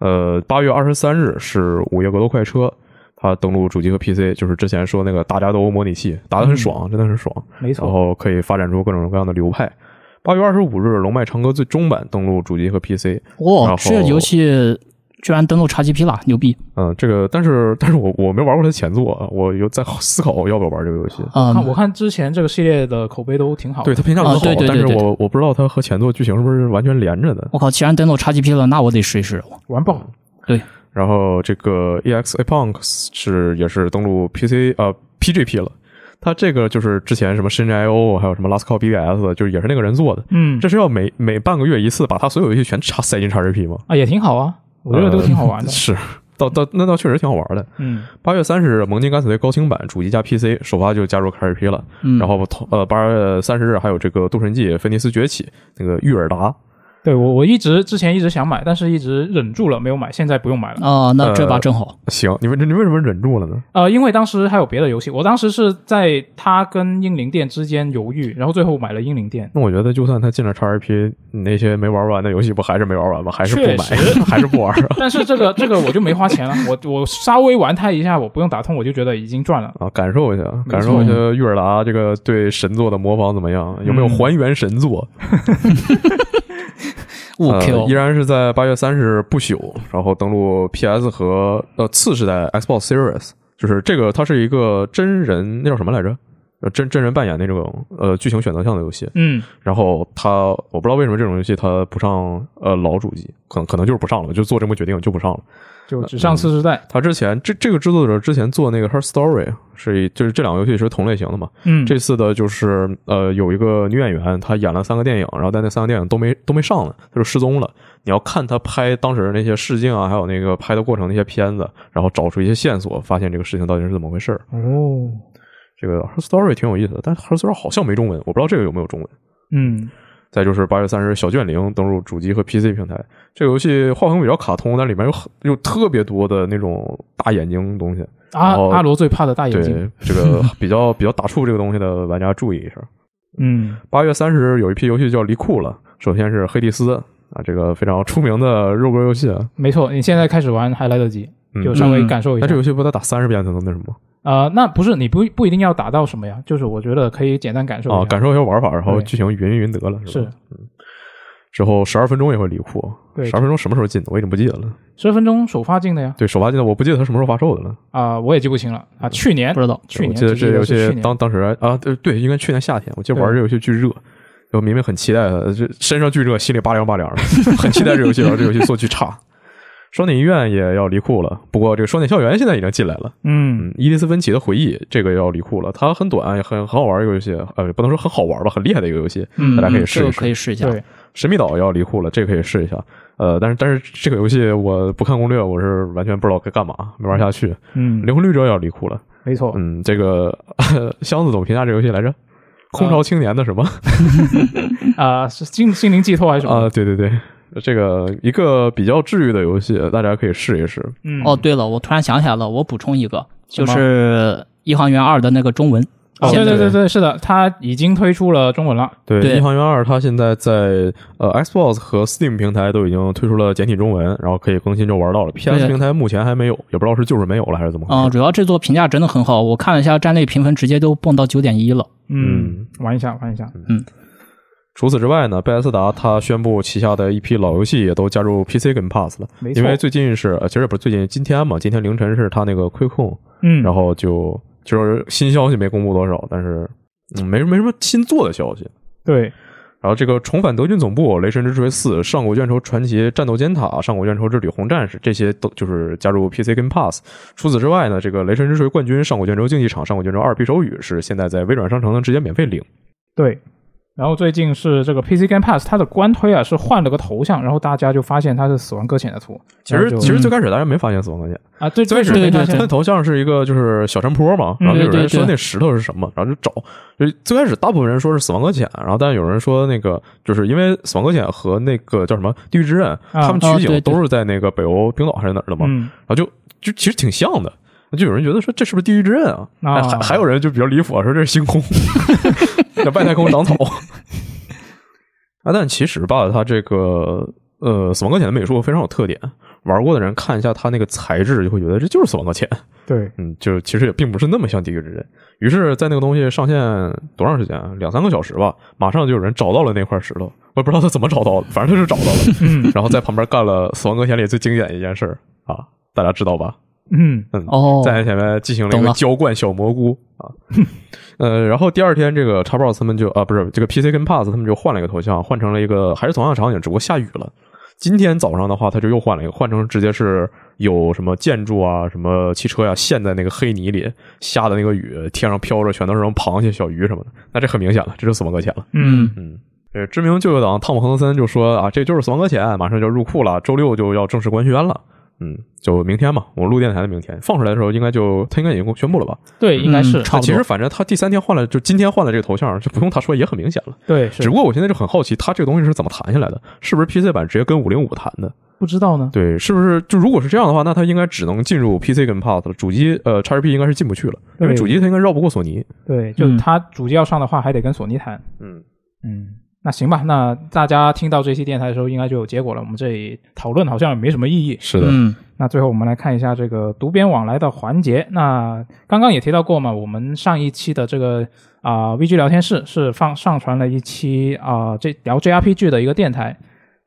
Speaker 2: 呃，八月二十三日是《午夜格斗快车》，它登陆主机和 PC，就是之前说那个大家都模拟器，打得很爽，真的很爽。
Speaker 1: 嗯没
Speaker 2: 然
Speaker 1: 错，
Speaker 2: 后可以发展出各种各样的流派。八月二十五日，《龙脉长歌》最终版登陆主机和 PC，然
Speaker 3: 哇、
Speaker 2: 后
Speaker 3: 这游戏居然登录 XGP 了，牛逼！
Speaker 2: 嗯，这个，但是，但是我我没玩过它的前作啊，我有在思考要不要玩这个游戏。
Speaker 3: 嗯，
Speaker 1: 啊看我看之前这个系列的口碑都挺好的，
Speaker 2: 对它评价很
Speaker 3: 啊
Speaker 2: 好，
Speaker 3: 对对对
Speaker 2: 但是
Speaker 3: 对
Speaker 2: 我我不知道它和前作剧情是不是完全连着的。
Speaker 3: 我靠，既然登录 XGP 了，那我得试一试。
Speaker 1: 完爆。
Speaker 2: 然后这个 EX Apunks 是也是登陆 PC 呃 PGP 了，它这个就是之前什么深圳 IO 还有什么 Last Call BBS，就是也是那个人做的。
Speaker 1: 嗯，
Speaker 2: 这是要每每半个月一次把他所有游戏全插塞进 XGP 吗？
Speaker 1: 啊也挺好啊，我觉得都挺好玩的。
Speaker 2: 是，倒倒那倒确实挺好玩的。
Speaker 1: 嗯
Speaker 2: 八月三十日，《盟军敢死队》高清版主机加 PC 首发就加入 XRP 了。
Speaker 3: 嗯，
Speaker 2: 然后同呃八月三十日还有这个《渡神记》《菲尼斯崛起》那个玉尔达，
Speaker 1: 对我我一直之前一直想买，但是一直忍住了没有买，现在不用买
Speaker 2: 嗯
Speaker 1: 了。
Speaker 3: 啊、那这
Speaker 2: 呃
Speaker 3: 把正好。
Speaker 2: 行，你们你为什么忍住了呢？
Speaker 1: 呃，因为当时还有别的游戏，我当时是在它跟英灵殿之间犹豫，然后最后买了英灵殿。
Speaker 2: 那我觉得就算他进了 XRP，你那些没玩完的游戏不还是没玩完吗？还是不
Speaker 1: 确
Speaker 2: 买，还是不玩
Speaker 3: (laughs)
Speaker 2: 啊？
Speaker 1: 但是这个这个我就没花钱了，我我稍微玩它一下，我不用打通，我就觉得已经赚了。
Speaker 2: 啊，感受一下，
Speaker 1: 错
Speaker 2: 感受一下玉尔达这个对神作的模仿怎么样？有没有
Speaker 1: 嗯
Speaker 2: 还原神作？
Speaker 3: 误
Speaker 2: 呃
Speaker 3: Q，、
Speaker 2: 依然是在八月三十日不朽，然后登陆 PS 和呃次世代 Xbox Series，就是这个它是一个真人那叫什么来着？呃，真真人扮演那种呃剧情选择项的游戏，
Speaker 1: 嗯，
Speaker 2: 然后它我不知道为什么这种游戏它不上呃老主机，可能可能就是不上了，就做这么决定就不上了。
Speaker 1: 就只上次世代。
Speaker 2: 它之前这这个制作者之前做那个《Her Story》是一就是这两个游戏是同类型的嘛，
Speaker 1: 嗯，
Speaker 2: 这次的就是呃，有一个女演员，她演了三个电影，然后但那三个电影都没都没上呢，她就失踪了。你要看她拍当时那些试镜啊，还有那个拍的过程那些片子，然后找出一些线索，发现这个事情到底是怎么回事儿。
Speaker 1: 哦，
Speaker 2: 这个《Her Story》挺有意思的，但是《Her Story》好像没中文，我不知道这个有没有中文。
Speaker 1: 嗯
Speaker 2: 再就是八月三十，小卷零登入主机和 PC 平台。这个游戏画风比较卡通，但里面有很有特别多的那种大眼睛东西。
Speaker 1: 阿
Speaker 2: 然后
Speaker 1: 阿罗最怕的大眼睛。
Speaker 2: 对
Speaker 1: (laughs)
Speaker 2: 这个比较比较打怵这个东西的玩家注意一下。
Speaker 1: 嗯
Speaker 2: 八月三十日有一批游戏叫离库了，首先是《黑蒂斯》啊，这个非常出名的肉鸽游戏啊。
Speaker 1: 没错，你现在开始玩还来得及，
Speaker 2: 嗯
Speaker 1: 就稍微感受一下。
Speaker 2: 那这游戏不得打三十遍才能那什么
Speaker 1: 呃，那不是你不不一定要打到什么呀，就是我觉得可以简单感受一
Speaker 2: 啊？
Speaker 1: 下。
Speaker 2: 感受一下玩法，然后
Speaker 1: 对
Speaker 2: 剧情匀一匀得了，是吧
Speaker 1: 是？
Speaker 2: 之后十二分钟也会离库，
Speaker 1: 对
Speaker 2: 十二分钟什么时候进的我已经不记得了。
Speaker 1: 十分钟首发进的呀，
Speaker 2: 对，首发进的我不记得它什么时候发售的了。
Speaker 1: 啊、我也记不清了啊，去年
Speaker 3: 不知道。
Speaker 1: 去
Speaker 2: 嗯我
Speaker 1: 年
Speaker 2: 记得
Speaker 1: 只
Speaker 2: 这游
Speaker 1: 是
Speaker 2: 戏
Speaker 1: 去年
Speaker 2: 啊当当时啊，对对，应该去年夏天，我记得玩
Speaker 1: 对
Speaker 2: 这游戏巨热，就明明很期待的，这身上巨热，心里拔凉拔凉的， (laughs) 很期待这游戏，然后这游戏做巨差。双点医院也要离库了，不过这个双点校园现在已经进来了。
Speaker 1: 嗯
Speaker 2: 嗯，伊迪丝芬奇的回忆这个要离库了，它很短，也很很好玩一个游戏，呃，不能说很好玩吧，很厉害的一个游戏，
Speaker 3: 嗯，
Speaker 2: 大家可以
Speaker 3: 嗯这
Speaker 2: 试
Speaker 3: 个
Speaker 2: 一
Speaker 3: 可
Speaker 2: 试。
Speaker 3: 以试一下。
Speaker 1: 对，
Speaker 2: 神秘岛要离库了，这个可以试一下。呃，但是但是这个游戏我不看攻略，我是完全不知道该干嘛，没玩下去。
Speaker 1: 嗯，
Speaker 2: 灵魂绿洲要离库了，
Speaker 1: 没错，
Speaker 2: 嗯，这个 (laughs) 箱子怎么评价这游戏来着？空巢青年的什么？
Speaker 1: 啊，是心心灵寄托还是什么？
Speaker 2: 啊，对对对，这个一个比较治愈的游戏，大家可以试一试。
Speaker 1: 嗯，
Speaker 3: 哦，，对了，我突然想起来了，我补充一个，
Speaker 1: 什
Speaker 3: 就
Speaker 1: 么
Speaker 3: 是《一航员二》的那个中文。
Speaker 1: 哦，
Speaker 3: 现
Speaker 1: 对
Speaker 3: 在
Speaker 1: 对对对，是的，它已经推出了中文了。
Speaker 2: 对，
Speaker 3: 对
Speaker 2: 《银行员二》它现在在呃 Xbox 和 Steam 平台都已经推出了简体中文，然后可以更新就玩到了。PS
Speaker 3: 对
Speaker 2: 平台目前还没有，也不知道是就是没有了还是怎么回
Speaker 3: 嗯、
Speaker 2: 事。
Speaker 3: 主要这座评价真的很好，我看了一下站内评分，直接都蹦到九点一了。
Speaker 1: 嗯，玩一下，玩一下。
Speaker 2: 除此之外呢，贝莱斯达它宣布旗下的一批老游戏也都加入 PC 跟 Pass 了，
Speaker 1: 没错
Speaker 2: 因为最近是呃其实也不是最近，今天嘛，今天凌晨是它那个亏控，
Speaker 1: 嗯，
Speaker 2: 然后就就是新消息没公布多少，但是嗯没没什么新做的消息。
Speaker 1: 对，
Speaker 2: 然后这个重返德军总部、雷神之锤四、上古卷轴传奇、战斗尖塔、上古卷轴之旅红战士这些都就是加入 PC 跟 Pass。除此之外呢，这个雷神之锤冠军、上古卷轴竞技场、上古卷轴二匕首雨是现在在微软商城能直接免费领。
Speaker 1: 对。然后最近是这个 PC Game Pass，它的官推啊是换了个头像，然后大家就发现它是死亡搁浅的图。
Speaker 2: 其
Speaker 1: 然后
Speaker 2: 实
Speaker 1: 就
Speaker 2: 其实最开始大家没发现死亡关键，
Speaker 1: 啊，对，
Speaker 2: 最开始
Speaker 1: 对
Speaker 3: 对
Speaker 1: 对
Speaker 3: 对
Speaker 2: 他的头像是一个就是小山坡嘛，
Speaker 1: 嗯
Speaker 2: 然后就有
Speaker 3: 对
Speaker 2: 人
Speaker 3: 对
Speaker 2: 说
Speaker 3: 对
Speaker 2: 那石头是什么，然后就找。就最开始大部分人说是死亡搁浅，然后但有人说那个就是因为死亡搁浅和那个叫什么地狱之刃，他们取
Speaker 3: 哦对
Speaker 2: 景
Speaker 3: 对
Speaker 2: 都是在那个北欧冰岛还是哪儿的嘛，
Speaker 1: 嗯，
Speaker 2: 然后就就其实挺像的。就有人觉得说这是不是地狱之刃啊？
Speaker 1: 啊
Speaker 2: 哎还还有人就比较离谱啊，说这是星空， (laughs) 在外太空长草。 (laughs) 啊，但其实吧，它这个呃，死亡搁浅的美术非常有特点，玩过的人看一下它那个材质，就会觉得这就是死亡搁浅。
Speaker 1: 对，
Speaker 2: 嗯，就其实也并不是那么像地狱之刃。于是，在那个东西上线多长时间啊？两三个小时吧，马上就有人找到了那块石头。我也不知道他怎么找到的，反正他就找到了。
Speaker 1: 嗯
Speaker 2: (laughs) 然后在旁边干了《死亡搁浅》里最经典的一件事儿啊，大家知道吧？
Speaker 1: 嗯
Speaker 2: 嗯，
Speaker 3: 哦
Speaker 2: 在前面进行了一
Speaker 3: 懂
Speaker 2: 个
Speaker 3: 了
Speaker 2: 浇灌小蘑菇啊。 (laughs) 呃，然后第二天，这个 Xbox 他们就啊，不是这个 PC 跟 Pass 他们就换了一个头像，换成了一个还是同样的场景，只不过下雨了。今天早上的话，他就又换了一个，换成直接是有什么建筑啊、什么汽车呀、陷在那个黑泥里，下的那个雨，天上飘着全都是什么螃蟹、小鱼什么的，那这很明显了，这就是死亡搁浅了。
Speaker 1: 嗯，
Speaker 2: 嗯，这知名舅舅党汤姆·亨德森就说啊，这就是死亡搁浅，马上就要入库了，周六就要正式官宣了。嗯，就明天嘛，我录电台的明天放出来的时候，应该就他应该已经宣布了吧？
Speaker 1: 对，应该是
Speaker 3: 嗯差不
Speaker 2: 其
Speaker 3: 多
Speaker 2: 实反正他第三天换了，就今天换了这个头像，就不用他说也很明显了。
Speaker 1: 对，
Speaker 2: 只
Speaker 1: 是
Speaker 2: 不过我现在就很好奇，他这个东西是怎么谈下来的？是不是 PC 版直接跟五零五谈的？
Speaker 1: 不知道呢。
Speaker 2: 对，是不是就如果是这样的话，那它应该只能进入 PC 跟 Pass 了，主机呃 XGP 应该是进不去了，因为
Speaker 1: 对
Speaker 2: 主机它应该绕不过索尼。
Speaker 1: 对，就
Speaker 3: 嗯
Speaker 1: 它主机要上的话，还得跟索尼谈。
Speaker 2: 嗯，
Speaker 1: 嗯，那行吧，那大家听到这期电台的时候，应该就有结果了。我们这里讨论好像也没什么意义。
Speaker 2: 是的，
Speaker 3: 嗯，
Speaker 1: 那最后我们来看一下这个读编往来的环节。那刚刚也提到过嘛，我们上一期的这个啊、VG 聊天室是放上传了一期啊、这聊 JRPG 的一个电台。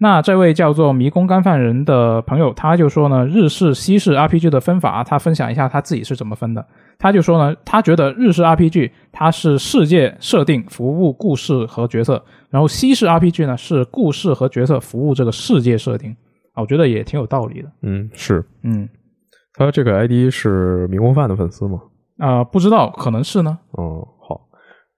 Speaker 1: 那这位叫做迷宫干饭人的朋友，他就说呢，日式、西式 RPG 的分法，他分享一下他自己是怎么分的。他就说呢，他觉得日式 RPG 它是世界设定、服务故事和角色，然后西式 RPG 呢是故事和角色服务这个世界设定啊，我觉得也挺有道理的。
Speaker 2: 嗯，是
Speaker 1: 嗯，
Speaker 2: 他这个 ID 是迷宫饭的粉丝吗？
Speaker 1: 啊、不知道，可能是呢。
Speaker 2: 嗯，好。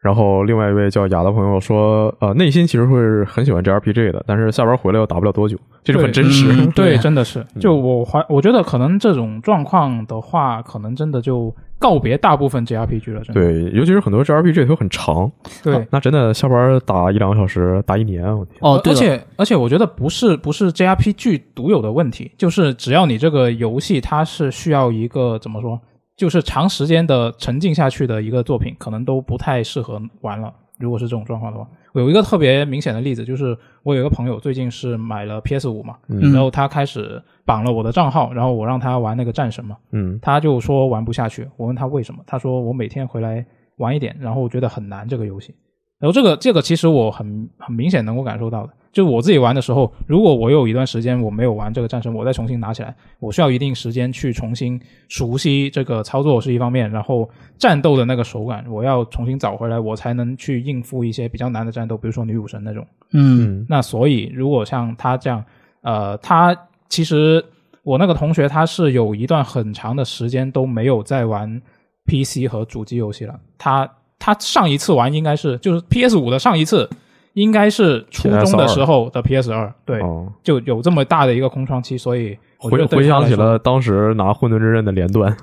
Speaker 2: 然后另外一位叫雅的朋友说，呃，内心其实会是很喜欢 JRPG 的，但是下班回来又打不了多久，这就很真实。
Speaker 3: 嗯
Speaker 1: 对，
Speaker 3: 对
Speaker 1: 真的是。就我怀，我觉得可能这种状况的话，可能真的就告别大部分 JRPG 了。真的，
Speaker 2: 对，尤其是很多 JRPG 都很长，
Speaker 1: 对。
Speaker 2: 那真的下班打一两个小时，打一年，我天，
Speaker 3: 哦，对
Speaker 1: 而
Speaker 3: 了，
Speaker 1: 且而且，我觉得不是不是 JRPG 独有的问题，就是只要你这个游戏它是需要一个怎么说，就是长时间的沉浸下去的一个作品，可能都不太适合玩了。如果是这种状况的话，我有一个特别明显的例子，就是我有一个朋友最近是买了 PS 五嘛，
Speaker 2: 嗯
Speaker 1: 然后他开始绑了我的账号，然后我让他玩那个战神嘛，
Speaker 2: 嗯
Speaker 1: 他就说玩不下去。我问他为什么，他说我每天回来玩一点，然后我觉得很难这个游戏。然后这个这个其实我很很明显能够感受到的，就我自己玩的时候，如果我有一段时间我没有玩这个战神，我再重新拿起来，我需要一定时间去重新熟悉这个操作是一方面，然后战斗的那个手感我要重新找回来，我才能去应付一些比较难的战斗，比如说女武神那种。
Speaker 3: 嗯
Speaker 1: 那所以如果像他这样，呃，他其实我那个同学他是有一段很长的时间都没有在玩 PC 和主机游戏了。他他上一次玩应该是就是 PS 五的上一次，应该是初中的时候的 PS 二，对，
Speaker 2: 哦，
Speaker 1: 就有这么大的一个空窗期，所以我觉
Speaker 2: 回
Speaker 1: 得对
Speaker 2: 回
Speaker 1: 他
Speaker 2: 想
Speaker 1: 来
Speaker 2: 起
Speaker 1: 说
Speaker 2: 了当时拿《混沌之刃》的连段，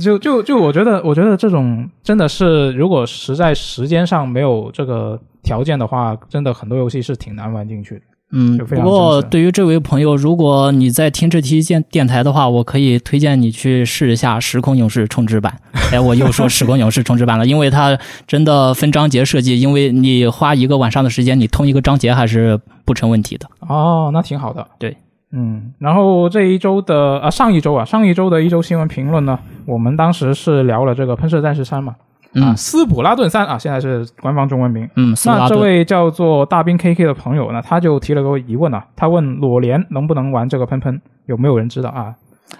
Speaker 1: 就就就我觉得，我觉得这种真的是，如果实在时间上没有这个条件的话，真的很多游戏是挺难玩进去的。
Speaker 3: 嗯，
Speaker 1: 就非
Speaker 3: 不
Speaker 1: 常
Speaker 3: 过
Speaker 1: 真实
Speaker 3: 对于这位朋友，如果你在听这期电电台的话，我可以推荐你去试一下《时空勇士充值版》。哎，我又说《时空勇士充值版》了，因为它真的分章节设计，因为你花一个晚上的时间，你通一个章节还是不成问题的。
Speaker 1: 哦，那挺好的。
Speaker 3: 对，
Speaker 1: 嗯，然后这一周的啊，上一周啊，上一周的一周新闻评论呢，我们当时是聊了这个《喷射战士三》嘛，啊，
Speaker 3: 嗯
Speaker 1: 斯普拉顿三》啊，现在是官方中文名。
Speaker 3: 嗯，斯
Speaker 1: 那
Speaker 3: 拉
Speaker 1: 这
Speaker 3: 顿，
Speaker 1: 位叫做大兵 KK 的朋友呢，他就提了个疑问啊，他问裸联能不能玩这个喷喷，有没有人知道啊？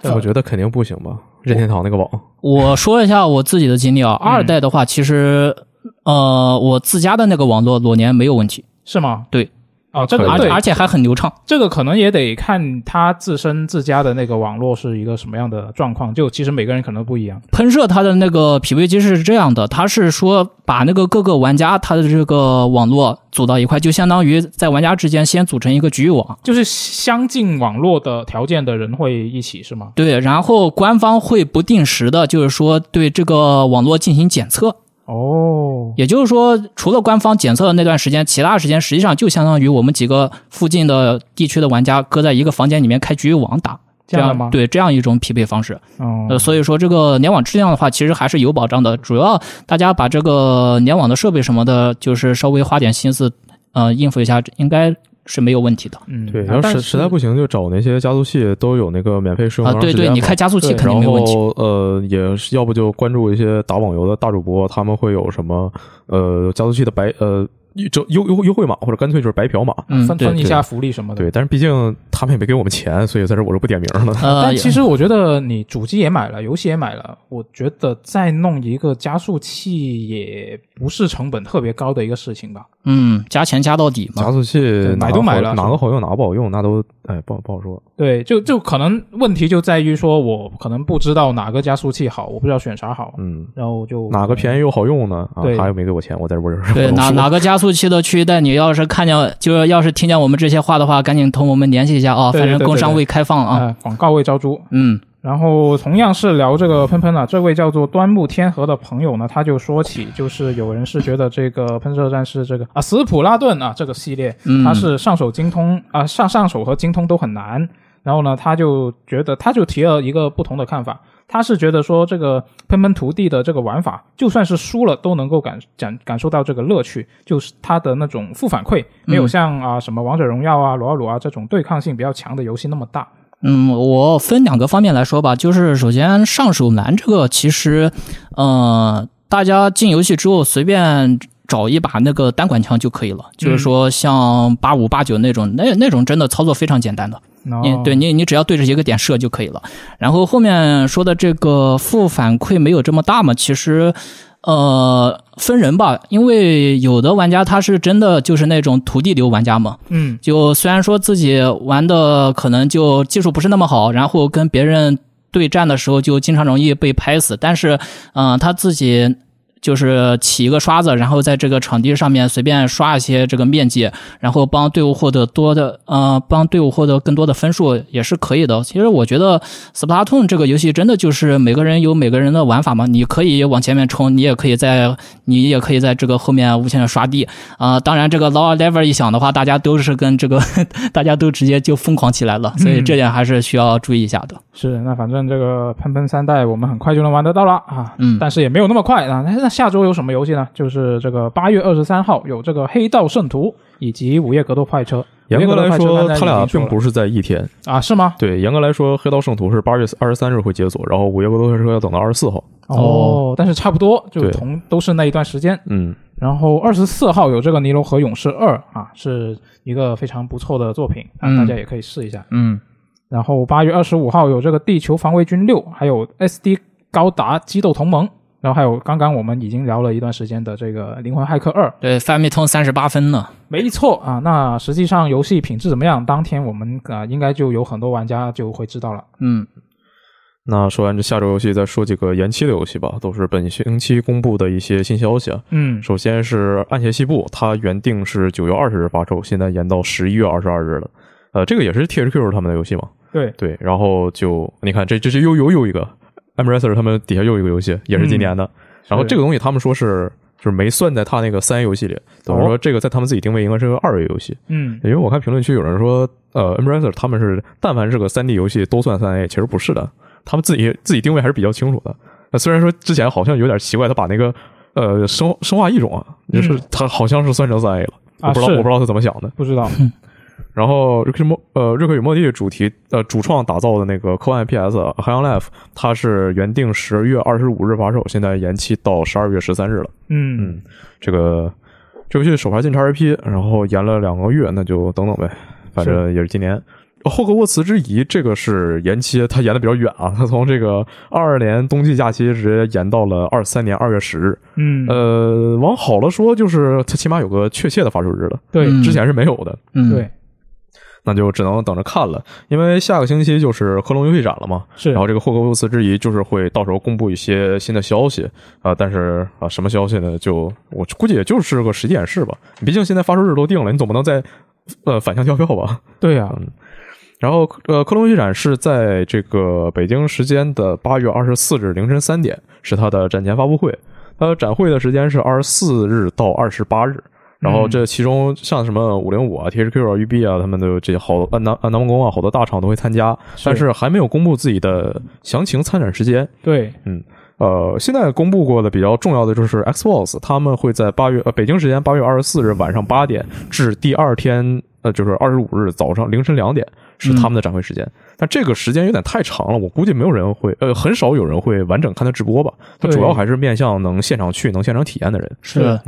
Speaker 1: 对
Speaker 2: 我觉得肯定不行吧？任天堂那个网，
Speaker 3: 我说一下我自己的经历
Speaker 1: 嗯
Speaker 3: 啊。二代的话，其实呃，我自家的那个网络裸年没有问题，
Speaker 1: 是吗？
Speaker 3: 对，
Speaker 1: 哦，这个
Speaker 2: 可以
Speaker 3: 而
Speaker 1: 对，
Speaker 3: 而且还很流畅。
Speaker 1: 这个可能也得看他自身自家的那个网络是一个什么样的状况，就其实每个人可能不一样。
Speaker 3: 喷射它的那个匹配机是这样的，它是说把那个各个玩家他的这个网络组到一块，就相当于在玩家之间先组成一个局域网。
Speaker 1: 就是相近网络的条件的人会一起是吗？
Speaker 3: 对，然后官方会不定时的，就是说对这个网络进行检测。
Speaker 1: 哦，
Speaker 3: 也就是说，除了官方检测的那段时间，其他时间实际上就相当于我们几个附近的地区的玩家搁在一个房间里面开局域网打，
Speaker 1: 这样的吗？，
Speaker 3: 对，这样一种匹配方式。
Speaker 1: 哦，
Speaker 3: 呃，所以说这个联网质量的话，其实还是有保障的。主要大家把这个联网的设备什么的，就是稍微花点心思，呃，应付一下，应该是没有问题的。
Speaker 1: 嗯，
Speaker 2: 对，
Speaker 1: 啊
Speaker 2: 要
Speaker 1: 但
Speaker 2: 实
Speaker 1: 是
Speaker 2: 实在不行就找那些加速器都有那个免费试用
Speaker 3: 啊，
Speaker 2: 多长
Speaker 3: 对
Speaker 2: 时
Speaker 3: 对，
Speaker 2: 间
Speaker 3: 你
Speaker 2: 嘛
Speaker 3: 开加速器
Speaker 1: 对
Speaker 3: 肯定没问题。
Speaker 2: 然后呃，也是要不就关注一些打网游的大主播，他们会有什么呃加速器的白呃这优优优惠码，或者干脆就是白嫖码。
Speaker 3: 嗯，
Speaker 1: 分
Speaker 3: 对
Speaker 1: 分，一下福利什
Speaker 3: 嗯
Speaker 1: 么的。
Speaker 2: 对，但是毕竟他们也没给我们钱，所以在这我就不点名了。
Speaker 3: 呃
Speaker 1: 但，其实我觉得你主机也买了，游戏也买了，我觉得再弄一个加速器也不是成本特别高的一个事情吧。
Speaker 3: 嗯，加钱加到底嘛
Speaker 2: (laughs) 加。速器哪
Speaker 1: 买
Speaker 2: 个
Speaker 1: 都买
Speaker 2: 好
Speaker 1: 了
Speaker 2: 哪个好用哪个不好用，那都哎不好不好说。
Speaker 1: 对，就就可能问题就在于说，我可能不知道哪个加速器好，我不知道选啥好，
Speaker 2: 嗯，
Speaker 1: 然后就
Speaker 2: 哪个便宜又好用呢？啊
Speaker 1: 对，
Speaker 2: 他又没给我钱，我在这我这
Speaker 3: 对，哪哪
Speaker 2: 个
Speaker 3: 个加速器的区域带，你要是看见，就是要是听见我们这些话的话，赶紧同我们联系一下啊。
Speaker 1: 对
Speaker 3: 反正
Speaker 1: 对对
Speaker 3: 工商
Speaker 1: 对
Speaker 3: 未开放啊。
Speaker 1: 呃广告位招租，
Speaker 3: 嗯
Speaker 1: 然后同样是聊这个喷喷啊，这位叫做端木天河的朋友呢，他就说起，就是有人是觉得这个喷射战士这个啊斯普拉顿啊这个系列，
Speaker 3: 嗯，
Speaker 1: 它是上手精通啊上上手和精通都很难。然后呢，他就觉得他就提了一个不同的看法，他是觉得说这个喷喷徒弟的这个玩法，就算是输了都能够感感感受到这个乐趣，就是它的那种负反馈没有
Speaker 3: 嗯
Speaker 1: 像啊什么王者荣耀啊、撸啊撸啊这种对抗性比较强的游戏那么大。
Speaker 3: 嗯，我分两个方面来说吧，就是首先上手难这个，其实，呃，大家进游戏之后随便找一把那个单管枪就可以了，就是说像八五八九那种，那那种真的操作非常简单的。
Speaker 1: 哦
Speaker 3: 你嗯对你你只要对着一个点射就可以了。然后后面说的这个负反馈没有这么大嘛，其实。呃，分人吧，因为有的玩家他是真的就是那种土地流玩家嘛，
Speaker 1: 嗯，
Speaker 3: 就虽然说自己玩的可能就技术不是那么好，然后跟别人对战的时候就经常容易被拍死，但是，嗯、他自己就是起一个刷子，然后在这个场地上面随便刷一些这个面积，然后帮队伍获得多的，呃，帮队伍获得更多的分数也是可以的。其实我觉得 Splatoon 这个游戏真的就是每个人有每个人的玩法嘛，你可以往前面冲，你也可以在你也可以在这个后面无限的刷地，啊、当然这个 lower level 一响的话，大家都是跟这个 (laughs) 大家都直接就疯狂起来了，
Speaker 1: 嗯
Speaker 3: 所以这点还是需要注意一下的。
Speaker 1: 是，那反正这个喷喷三代我们很快就能玩得到了啊，
Speaker 3: 嗯
Speaker 1: 但是也没有那么快啊。那那下周有什么游戏呢？就是这个八月二十三号有这个《黑道圣徒》以及《午夜格斗快车》。
Speaker 2: (laughs) 严格来
Speaker 1: 说
Speaker 2: 说，，他俩并
Speaker 1: 是
Speaker 2: 不是在一天。
Speaker 1: 啊，是吗？
Speaker 2: 对，严格来说，《黑道圣徒》是八月二十三日会解锁，然后《午夜格斗快车》要等到二十四号。
Speaker 1: 哦哦，但是差不多，就
Speaker 2: 对
Speaker 1: 同都是那一段时间。
Speaker 2: 嗯，
Speaker 1: 然后二十四号有这个《尼罗河勇士二》啊，是一个非常不错的作品，啊、
Speaker 3: 嗯
Speaker 1: 大家也可以试一下。
Speaker 3: 嗯，
Speaker 1: 然后八月二十五号有这个《地球防卫军六》，还有 SD 高达激斗同盟，然后还有刚刚我们已经聊了一段时间的这个《灵魂骇客二》。
Speaker 3: 对，Family 三十八分呢。
Speaker 1: 没错啊，那实际上游戏品质怎么样，当天我们啊、呃应该就有很多玩家就会知道了。
Speaker 3: 嗯，
Speaker 2: 那说完这下周游戏，再说几个延期的游戏吧，都是本星期公布的一些新消息啊。
Speaker 1: 嗯
Speaker 2: 首先是《暗邪西部》，它原定是九月二十日发售，现在延到十一月二十二日了。呃，这个也是 THQ 他们的游戏嘛？
Speaker 1: 对，
Speaker 2: 对，然后就你看，这这是又又又一个 a m r a s e r 他们底下又一个游戏，也是今年的。然后这个东西他们说是就是没算在他那个三 A 游戏里，等于
Speaker 1: 哦
Speaker 2: 说这个在他们自己定位应该是个二 A 游戏。
Speaker 1: 嗯
Speaker 2: 因为我看评论区有人说，呃 a m r a s e r 他们是但凡是个三 D 游戏都算三 A，其实不是的，他们自己自己定位还是比较清楚的。那虽然说之前好像有点奇怪，他把那个呃生生化异种啊，就是他好像是算成三 A 了，
Speaker 1: 嗯啊
Speaker 2: 我不知道
Speaker 1: 是
Speaker 2: 我不知道他怎么想的。
Speaker 1: 不知道，
Speaker 2: 然后瑞克与莫呃瑞克与莫蒂主题呃主创打造的那个科幻 PS《海洋 Life》，它是原定十月二十五日发售，现在延期到十二月十三日了。
Speaker 1: 嗯，
Speaker 2: 这个这游戏首发进 XRP，然后延了两个月，那就等等呗，反正也是今年。哦霍格沃茨之遗这个是延期，它延的比较远啊，它从这个二二年冬季假期直接延到了二三年二月十日。
Speaker 1: 嗯，
Speaker 2: 呃，往好了说，就是它起码有个确切的发售日了，
Speaker 1: 对
Speaker 3: 嗯
Speaker 2: 之前是没有的。
Speaker 3: 嗯，
Speaker 1: 对，
Speaker 2: 那就只能等着看了，因为下个星期就是科隆游戏展了嘛。
Speaker 1: 是，
Speaker 2: 然后这个霍格沃茨之遗就是会到时候公布一些新的消息啊、但是啊、什么消息呢？就我估计也就是个实际演示吧。毕竟现在发售日都定了，你总不能再呃反向跳票吧？ (laughs)
Speaker 1: 对啊，
Speaker 2: 嗯然后呃，科隆游戏展是在这个北京时间的八月二十四日凌晨三点是它的展前发布会，它展会的时间是二十四日到二十八日。然后这其中像什么五零五啊、THQ 啊、UB 啊，他们的这些好安南安南梦宫啊，好多大厂都会参加，但是还没有公布自己的详情参展时间。
Speaker 1: 对，
Speaker 2: 呃，现在公布过的比较重要的就是 Xbox，他们会在八月呃北京时间八月二十四日晚上八点至第二天呃就是二十五日早上凌晨两点是他们的展会时间。但这个时间有点太长了，我估计没有人会呃很少有人会完整看他直播吧。它
Speaker 1: 对
Speaker 2: 主要还是面向能现场去能现场体验的人。
Speaker 3: 是的，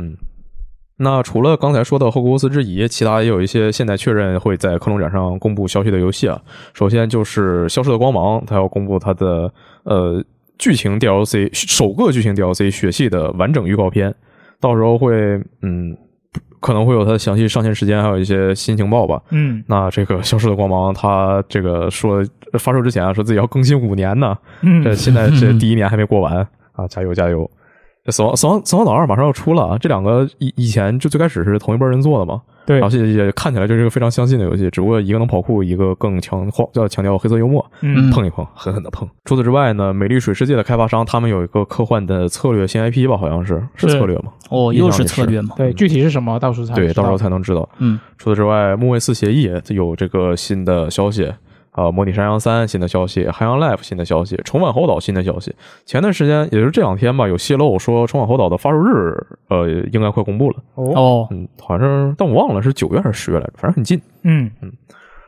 Speaker 2: 那除了刚才说的《后公司之遗》，其他也有一些现在确认会在克隆展上公布消息的游戏啊。首先就是《消失的光芒》，它要公布它的呃剧情 DLC 首个剧情 DLC《血系》的完整预告片，到时候会嗯可能会有它的详细上线时间，还有一些新情报吧。
Speaker 1: 嗯
Speaker 2: 那这个《消失的光芒》，它这个说发售之前啊，说自己要更新五年呢，
Speaker 1: 嗯
Speaker 2: 这现在这第一年还没过完啊，加油加油！这死亡死亡死亡岛二马上要出了啊，这两个以以前就最开始是同一波人做的嘛，
Speaker 1: 对
Speaker 2: 然后也也看起来就是一个非常相近的游戏，只不过一个能跑酷，一个更强化要强调黑色幽默，
Speaker 1: 嗯
Speaker 2: 碰一碰，狠狠的碰。除此之外呢，美丽水世界的开发商他们有一个科幻的策略新 IP 吧，好像是是
Speaker 1: 是
Speaker 2: 策略吗？
Speaker 3: 哦，
Speaker 2: 印象
Speaker 3: 又
Speaker 2: 里
Speaker 3: 是策略嘛。
Speaker 1: 对，具体是什么到时候才
Speaker 2: 对，
Speaker 1: 知
Speaker 2: 到时候
Speaker 1: 道
Speaker 2: 才能知道。
Speaker 3: 嗯
Speaker 2: 除此之外，《木卫四协议》有这个新的消息，啊、模拟山羊三》新的消息，《海洋 Life》新的消息，《重返猴岛》新的消息。前段时间，也就是这两天吧，有泄露说《重返猴岛》的发售日，呃，应该快公布了。
Speaker 1: 哦，
Speaker 3: 哦，
Speaker 2: 嗯，好像是，但我忘了是九月还是十月来着，反正很近。
Speaker 1: 嗯
Speaker 2: 哦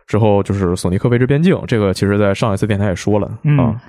Speaker 2: 之后就是索尼克未知边境，这个其实在上一次电台也说了、
Speaker 1: 嗯
Speaker 2: 啊。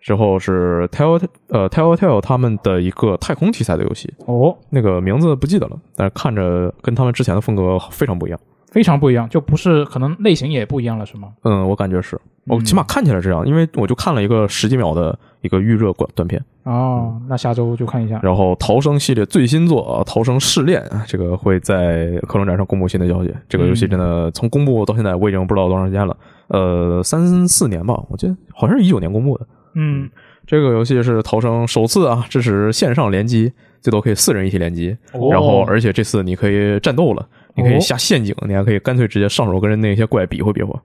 Speaker 2: 之后是 Tell 呃 Telltale 他们的一个太空题材的游戏，
Speaker 1: 哦，
Speaker 2: 那个名字不记得了，但是看着跟他们之前的风格非常不一样。
Speaker 1: 非常不一样，就不是可能类型也不一样了，是吗？
Speaker 2: 嗯，我感觉是，我
Speaker 1: 嗯
Speaker 2: 起码看起来是这样，因为我就看了一个十几秒的一个预热短短片，
Speaker 1: 哦，那下周就看一下。
Speaker 2: 然后《逃生》系列最新作《啊逃生试炼》这个会在克隆展上公布新的消息。这个游
Speaker 1: 嗯
Speaker 2: 戏真的从公布到现在，我已经不知道多长时间了，呃，三四年吧，我记得好像是一九年公布的。
Speaker 1: 嗯，
Speaker 2: 这个游戏是《逃生》首次啊支持线上联机，最多可以四人一起联机，
Speaker 1: 哦
Speaker 2: 然后而且这次你可以战斗了，你可以
Speaker 1: 哦
Speaker 2: 下陷阱，你还可以干脆直接上手跟人那些怪比划比划。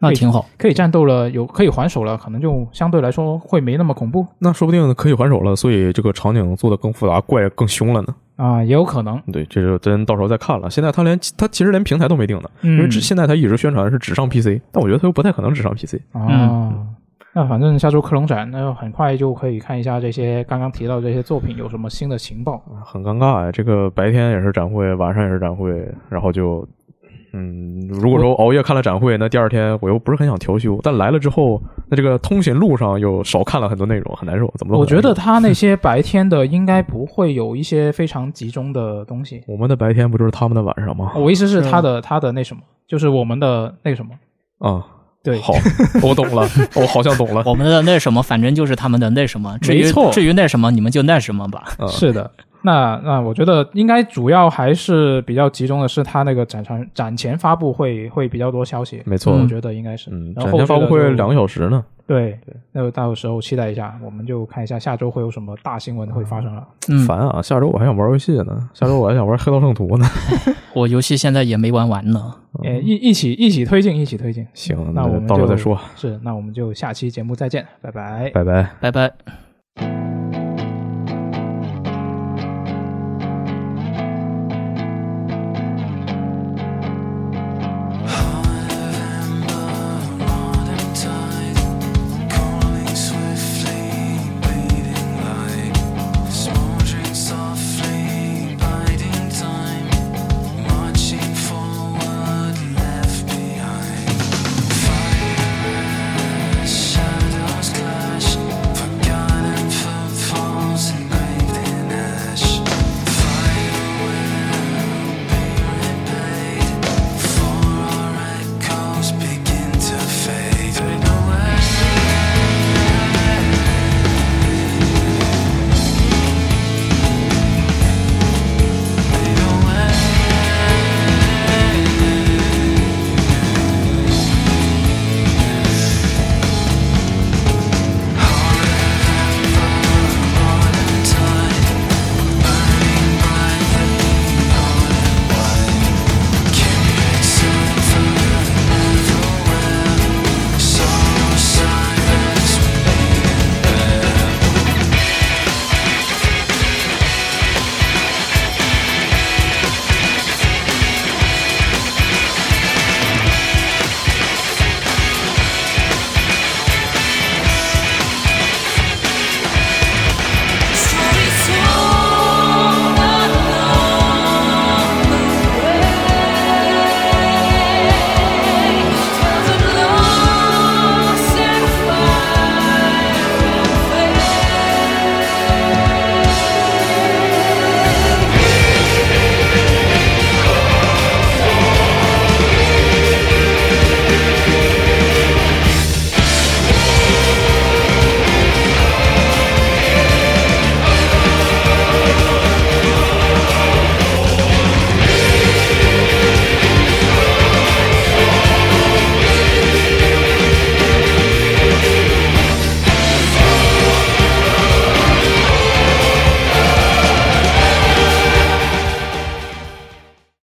Speaker 3: 那挺好。
Speaker 1: 可以战斗了，有可以还手了，可能就相对来说会没那么恐怖
Speaker 2: 那说不定可以还手了，所以这个场景做的更复杂，怪更凶了呢。
Speaker 1: 啊，也有可能。
Speaker 2: 对，这就真到时候再看了。现在他连他其实连平台都没定呢，
Speaker 1: 嗯
Speaker 2: 因为只现在他一直宣传是只上 PC，但我觉得他又不太可能只上 PC。
Speaker 1: 啊，那反正下周克隆展，那很快就可以看一下这些刚刚提到这些作品有什么新的情报。
Speaker 2: 啊很尴尬呀、这个白天也是展会，晚上也是展会，然后就嗯，如果说我熬夜看了展会，那第二天我又不是很想调休，但来了之后，那这个通勤路上又少看了很多内容，很难受，怎么都
Speaker 1: 我
Speaker 2: 很
Speaker 1: 觉
Speaker 2: 难受
Speaker 1: 得他那些白天的应该不会有一些非常集中的东 (laughs) 西。
Speaker 2: 我们的白天不就是他们的晚上吗？
Speaker 1: 我意思是他的他的那什么，就是我们的那个什么，
Speaker 2: 啊、
Speaker 1: 对，
Speaker 2: 好，我懂了， (laughs) 我好像懂了。
Speaker 3: 我们的那什么，反正就是他们的那什么。至
Speaker 1: 没
Speaker 3: 于
Speaker 1: 错
Speaker 3: 至于那什么，你们就那什么吧。
Speaker 2: 嗯
Speaker 1: 是的。那那我觉得应该主要还是比较集中的是他那个展场展前发布会会比较多消息，
Speaker 2: 没错
Speaker 1: 我觉得应该是。
Speaker 2: 嗯，
Speaker 1: 然
Speaker 2: 展
Speaker 1: 后
Speaker 2: 前发布
Speaker 1: 后续
Speaker 2: 会
Speaker 1: 的就
Speaker 2: 两个小时呢，
Speaker 1: 对，那就到时候期待一下，我们就看一下下周会有什么大新闻会发生了。
Speaker 3: 嗯，
Speaker 2: 烦啊！下周我还想玩游戏呢，下周我还想玩《黑道圣徒》呢。
Speaker 3: 我游戏现在也没玩完呢。
Speaker 1: 呃，一一起一起推进，一起推进。
Speaker 2: 行，
Speaker 1: 那我
Speaker 2: 就
Speaker 1: 们
Speaker 2: 嗯到时候再
Speaker 1: 就
Speaker 2: 说，
Speaker 1: 是，那我们就下期节目再见，拜拜。
Speaker 2: 拜拜。
Speaker 3: 拜拜。